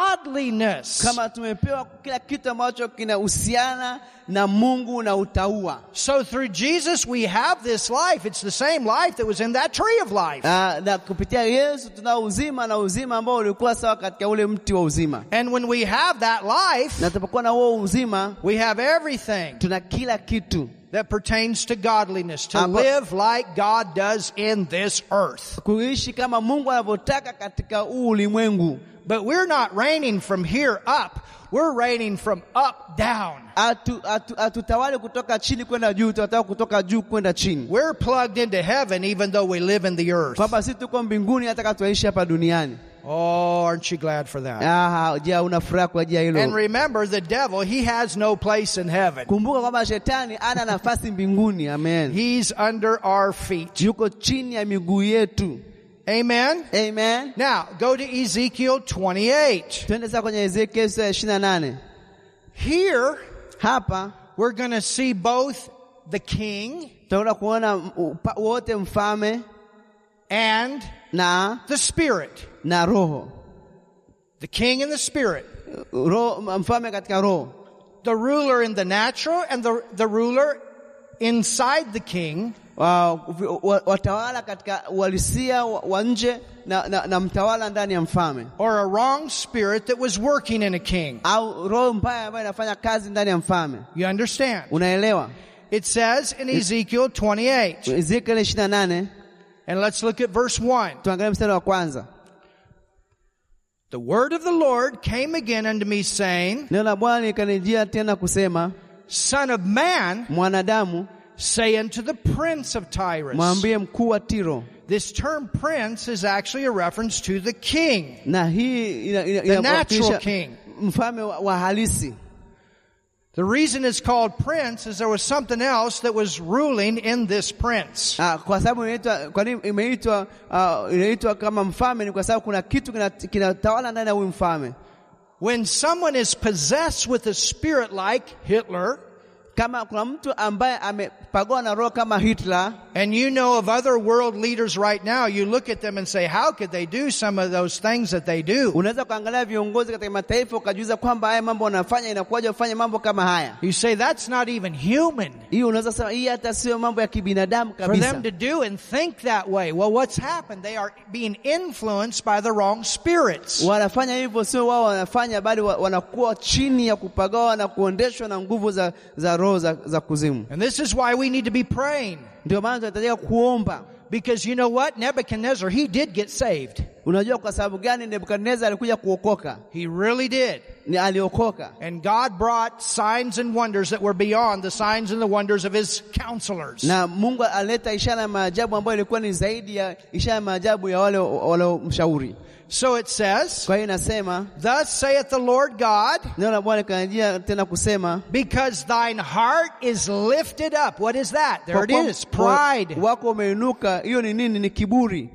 Speaker 1: godliness.
Speaker 2: kama tumepewa kila kitu ambacho kinahusiana na Mungu na utaua.
Speaker 1: So through Jesus we have this life. It's the same life that was in that tree of life.
Speaker 2: Ah, na kupitia Yesu tunao uzima na uzima ambao ulikuwa sawa katika ule mti wa uzima,
Speaker 1: And when we have that life,
Speaker 2: na tunapokuwa na huo uzima
Speaker 1: we have everything
Speaker 2: tuna kila kitu
Speaker 1: that pertains to godliness, to
Speaker 2: Ama-
Speaker 1: live like God does in this earth.
Speaker 2: kuishi kama Mungu anavyotaka katika huu ulimwengu.
Speaker 1: But we're not reigning from here up. We're reigning from up down.
Speaker 2: Hatu- hatu- Hatutawali kutoka chini kwenda juu, tunataka kutoka juu kwenda chini,
Speaker 1: We're plugged into heaven even though we live in the earth.
Speaker 2: kwamba sisi tuko mbinguni hata kama tunaishi hapa duniani.
Speaker 1: Oh, aren't you glad for that?
Speaker 2: Ah, je, una furaha kwa ajili ya
Speaker 1: And
Speaker 2: hilo?
Speaker 1: remember, the devil, he has no place in heaven.
Speaker 2: Kumbuka kwamba shetani ana nafasi mbinguni. Amen.
Speaker 1: He's under our feet.
Speaker 2: yuko chini ya miguu yetu.
Speaker 1: Amen?
Speaker 2: Amen.
Speaker 1: Now, go to Ezekiel 28.
Speaker 2: Twende sasa kwenye Ezekiel sura ya 28.
Speaker 1: Here,
Speaker 2: Hapa
Speaker 1: we're going to see both the king
Speaker 2: tunakwenda kuona upa- wote mfalme
Speaker 1: and
Speaker 2: na
Speaker 1: the spirit.
Speaker 2: na roho
Speaker 1: The king and the spirit.
Speaker 2: Roho- mfalme katika roho,
Speaker 1: The ruler in the natural and the, the ruler inside the king.
Speaker 2: wa, wa, watawala katika uhalisia wa, wa nje na, na, na mtawala ndani ya mfalme,
Speaker 1: Or a wrong spirit that was working in a king.
Speaker 2: au roho mbaya ambayo inafanya kazi ndani ya mfalme.
Speaker 1: You understand?
Speaker 2: Unaelewa?
Speaker 1: It says in Ezekiel 28,
Speaker 2: Ezekiel 28,
Speaker 1: and let's look at verse 1.
Speaker 2: tuangalie mstari wa kwanza.
Speaker 1: The word of the Lord came again unto me, saying,
Speaker 2: Neno la Bwana likanijia tena kusema,
Speaker 1: Son of man,
Speaker 2: mwanadamu,
Speaker 1: say unto the prince of Tyrus.
Speaker 2: mwambie mkuu wa Tiro,
Speaker 1: This term prince is actually a reference to the king.
Speaker 2: na hii ina- ina-
Speaker 1: The
Speaker 2: inawakilisha
Speaker 1: natural king.
Speaker 2: mfalme wa, wa halisi.
Speaker 1: The reason it's called prince is there was something else that was ruling in this prince.
Speaker 2: Ah, kwa sababu inaitwa kwa nini imeitwa ah, inaitwa kama mfalme ni kwa sababu kuna kitu kina- kinatawala ndani ya huyu mfalme.
Speaker 1: When someone is possessed with a spirit like Hitler,
Speaker 2: Kama kuna mtu ambaye amepagwa na roho kama Hitler,
Speaker 1: and you know of other world leaders right now, you look at them and say, how could they do some of those things that they do?
Speaker 2: unaweza kuangalia viongozi katika mataifa ukajiuliza kwamba haya mambo wanafanya, inakuwaje wafanye mambo kama haya?
Speaker 1: You say, that's not even human.
Speaker 2: Hii unaweza sema hii hata sio mambo ya kibinadamu
Speaker 1: for
Speaker 2: kabisa.
Speaker 1: them to do and think that way. Well, what's happened? They are being influenced by the wrong spirits.
Speaker 2: wanafanya hivyo, sio wao wanafanya, bali wa- wanakuwa chini ya kupagawa na kuondeshwa na nguvu za, za roho za, za kuzimu.
Speaker 1: And this is why we need to be praying.
Speaker 2: Ndio maana tunahitajika kuomba.
Speaker 1: Because you know what? Nebuchadnezzar, he did get saved.
Speaker 2: Unajua kwa sababu gani Nebukadnezar alikuja kuokoka?
Speaker 1: He really did.
Speaker 2: Ni aliokoka
Speaker 1: And God brought signs and wonders that were beyond the signs and the wonders of his counselors.
Speaker 2: na Mungu alileta ishara ya maajabu ambayo ilikuwa ni zaidi ya ishara ya maajabu ya wale waliomshauri.
Speaker 1: So it says,
Speaker 2: Kwa hiyo inasema
Speaker 1: Thus saith the Lord God,
Speaker 2: neno la Bwana likanijia tena kusema,
Speaker 1: because thine heart is lifted up. What is that? There
Speaker 2: kwa
Speaker 1: it
Speaker 2: kuwa
Speaker 1: is.
Speaker 2: moyo
Speaker 1: Pride.
Speaker 2: wako umeinuka. Hiyo ni nini? Ni kiburi.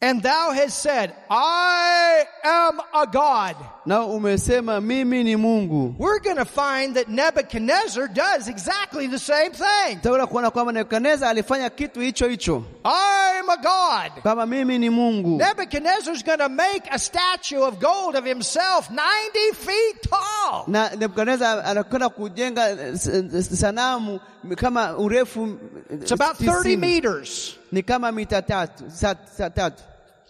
Speaker 1: And thou hast said, I am a God.
Speaker 2: Na umesema mimi ni Mungu.
Speaker 1: we're going to find that Nebuchadnezzar does exactly the same thing.
Speaker 2: Utaona kuona kwamba Nebukadneza alifanya kitu hicho hicho,
Speaker 1: I'm a god.
Speaker 2: kama mimi ni Mungu.
Speaker 1: Nebuchadnezzar's going to make a statue of gold of himself 90 feet tall.
Speaker 2: na Nebukadneza anakwenda kujenga eh, s- s- sanamu kama urefu eh,
Speaker 1: It's about 30
Speaker 2: tisini.
Speaker 1: meters.
Speaker 2: ni kama mita tatu sa, sa, tatu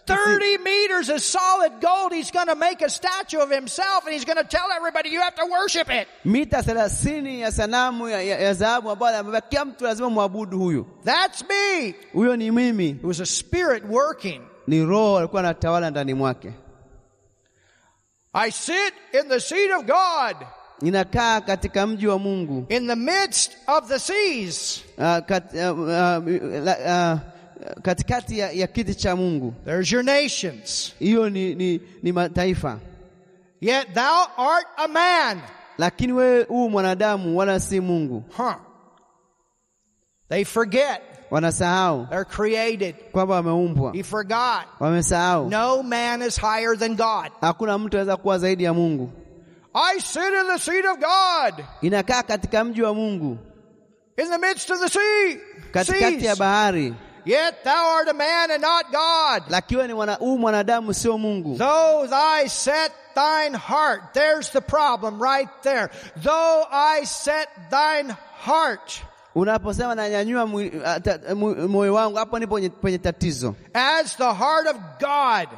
Speaker 1: 30 meters of solid gold. He's going to make a statue of himself and he's going to tell everybody you have to worship it.
Speaker 2: mita thelathini ya sanamu ya, ya, ya dhahabu ambayo ambayo kila mtu lazima mwabudu huyu.
Speaker 1: That's me. It
Speaker 2: Huyo ni mimi,
Speaker 1: was a spirit working.
Speaker 2: ni roho alikuwa anatawala ndani mwake.
Speaker 1: I sit in the seat of God
Speaker 2: Ninakaa katika mji wa Mungu
Speaker 1: in the midst of the seas.
Speaker 2: uh, kat, uh, uh, la- uh, katikati ya, ya kiti cha Mungu.
Speaker 1: There's your nations.
Speaker 2: Hiyo ni, ni, ni mataifa,
Speaker 1: Yet thou art a man.
Speaker 2: lakini wewe huu mwanadamu wala si Mungu.
Speaker 1: Huh. They forget
Speaker 2: Wanasahau
Speaker 1: they're created.
Speaker 2: kwamba wameumbwa,
Speaker 1: He forgot.
Speaker 2: wamesahau
Speaker 1: No man is higher than God.
Speaker 2: hakuna mtu anaweza kuwa zaidi ya Mungu.
Speaker 1: I sit in the seat of God
Speaker 2: inakaa katika mji wa Mungu
Speaker 1: in the midst of the sea.
Speaker 2: katikati ya
Speaker 1: Seas.
Speaker 2: bahari,
Speaker 1: Yet thou art a man and not God.
Speaker 2: lakiwa ni mwana, huu mwanadamu sio Mungu.
Speaker 1: Though thy set thine heart, there's the problem right there. Though I set thine heart
Speaker 2: Unaposema nanyanyua mwi- ata- mu- moyo wangu, hapo ndipo penye- penye tatizo,
Speaker 1: as the heart of God.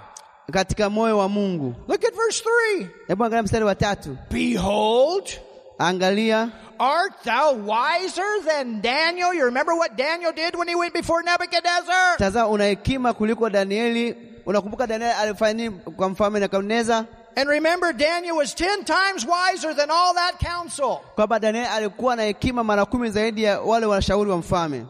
Speaker 2: katika moyo wa Mungu.
Speaker 1: Look at verse 3.
Speaker 2: Hebu angalia mstari wa tatu,
Speaker 1: Behold,
Speaker 2: angalia
Speaker 1: art thou wiser than Daniel? You remember what Daniel did when he went before Nebuchadnezzar?
Speaker 2: Tazama, una hekima kuliko Danieli. Unakumbuka Danieli alifanya nini kwa mfalme Nebukadneza?
Speaker 1: And remember, Daniel was ten times wiser than all that council.
Speaker 2: Kwamba Danieli alikuwa na hekima mara kumi zaidi ya wale washauri wa mfalme.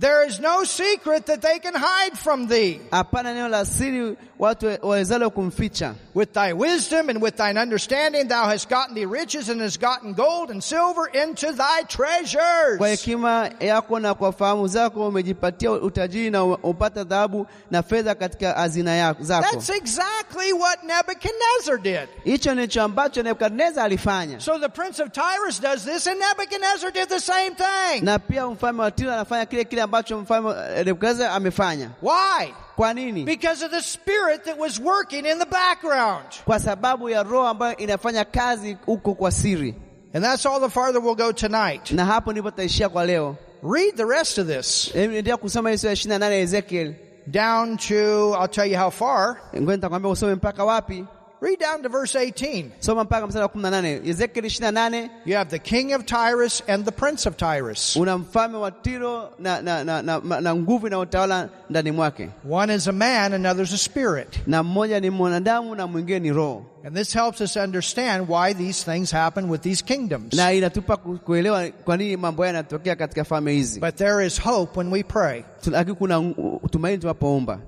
Speaker 1: There is no secret that they can hide from thee.
Speaker 2: Hapana neno la siri watu wawezalo kumficha.
Speaker 1: With thy wisdom and with thine understanding, thou hast gotten thee riches and hast gotten gold and silver into thy
Speaker 2: Kwa
Speaker 1: treasures.
Speaker 2: hekima yako na kwa fahamu zako umejipatia utajiri na upata dhahabu na fedha katika hazina yako- zako.
Speaker 1: That's exactly what Nebuchadnezzar did.
Speaker 2: Hicho ndicho ambacho Nebukadneza alifanya,
Speaker 1: So the prince of Tyrus does this, and Nebuchadnezzar did the same thing.
Speaker 2: na pia mfalme wa Tiro anafanya kile kile ambacho mfalme eh, Nebukadneza amefanya.
Speaker 1: Why?
Speaker 2: Kwa nini?
Speaker 1: Because of the spirit that was working in the background.
Speaker 2: kwa sababu ya roho ambayo inafanya kazi huko kwa siri.
Speaker 1: And that's all the farther we'll go tonight.
Speaker 2: Na hapo ndipo tutaishia kwa leo.
Speaker 1: Read the rest of this
Speaker 2: Em, Endelea kusoma hiyo sura ya 28 ya Ezekiel.
Speaker 1: down to, I'll tell you how far.
Speaker 2: Ngoja nitakwambia usome mpaka wapi.
Speaker 1: Read down to verse 18.
Speaker 2: Soma mpaka mstari wa 18. Ezekiel 28
Speaker 1: You have the king of Tyrus and the prince of Tyrus.
Speaker 2: una mfalme wa Tiro na, na, na, na, na, na nguvu na utawala ndani mwake,
Speaker 1: One is a man, another's a spirit.
Speaker 2: na mmoja ni mwanadamu na mwingine ni roho,
Speaker 1: And this helps us understand why these things happen with these kingdoms.
Speaker 2: na inatupa ku- kuelewa kwa nini mambo haya yanatokea katika falme hizi.
Speaker 1: But there is hope when we pray.
Speaker 2: Tu- Lakini kuna u- u- tumaini tunapoomba.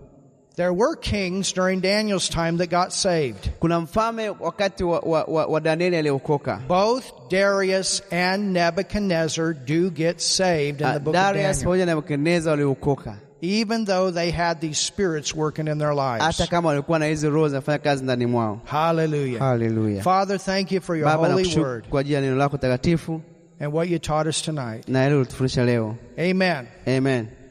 Speaker 1: There were kings during Daniel's time that got saved.
Speaker 2: Kuna mfalme wakati wa, wa, wa, wa Danieli aliokoka
Speaker 1: Both Darius and Nebuchadnezzar do get saved in the book of
Speaker 2: Ah, Uh, Darius
Speaker 1: Daniel,
Speaker 2: pamoja na Nebukadneza waliokoka,
Speaker 1: even though they had these spirits working in their lives.
Speaker 2: hata kama walikuwa na hizi roho zinafanya kazi ndani mwao.
Speaker 1: Hallelujah.
Speaker 2: Haleluya.
Speaker 1: Father, thank you for your
Speaker 2: Baba,
Speaker 1: holy
Speaker 2: nakushukuru
Speaker 1: word
Speaker 2: kwa ajili ya neno lako takatifu
Speaker 1: and what you taught us tonight.
Speaker 2: na ile ulitufundisha leo.
Speaker 1: Amen.
Speaker 2: Amen.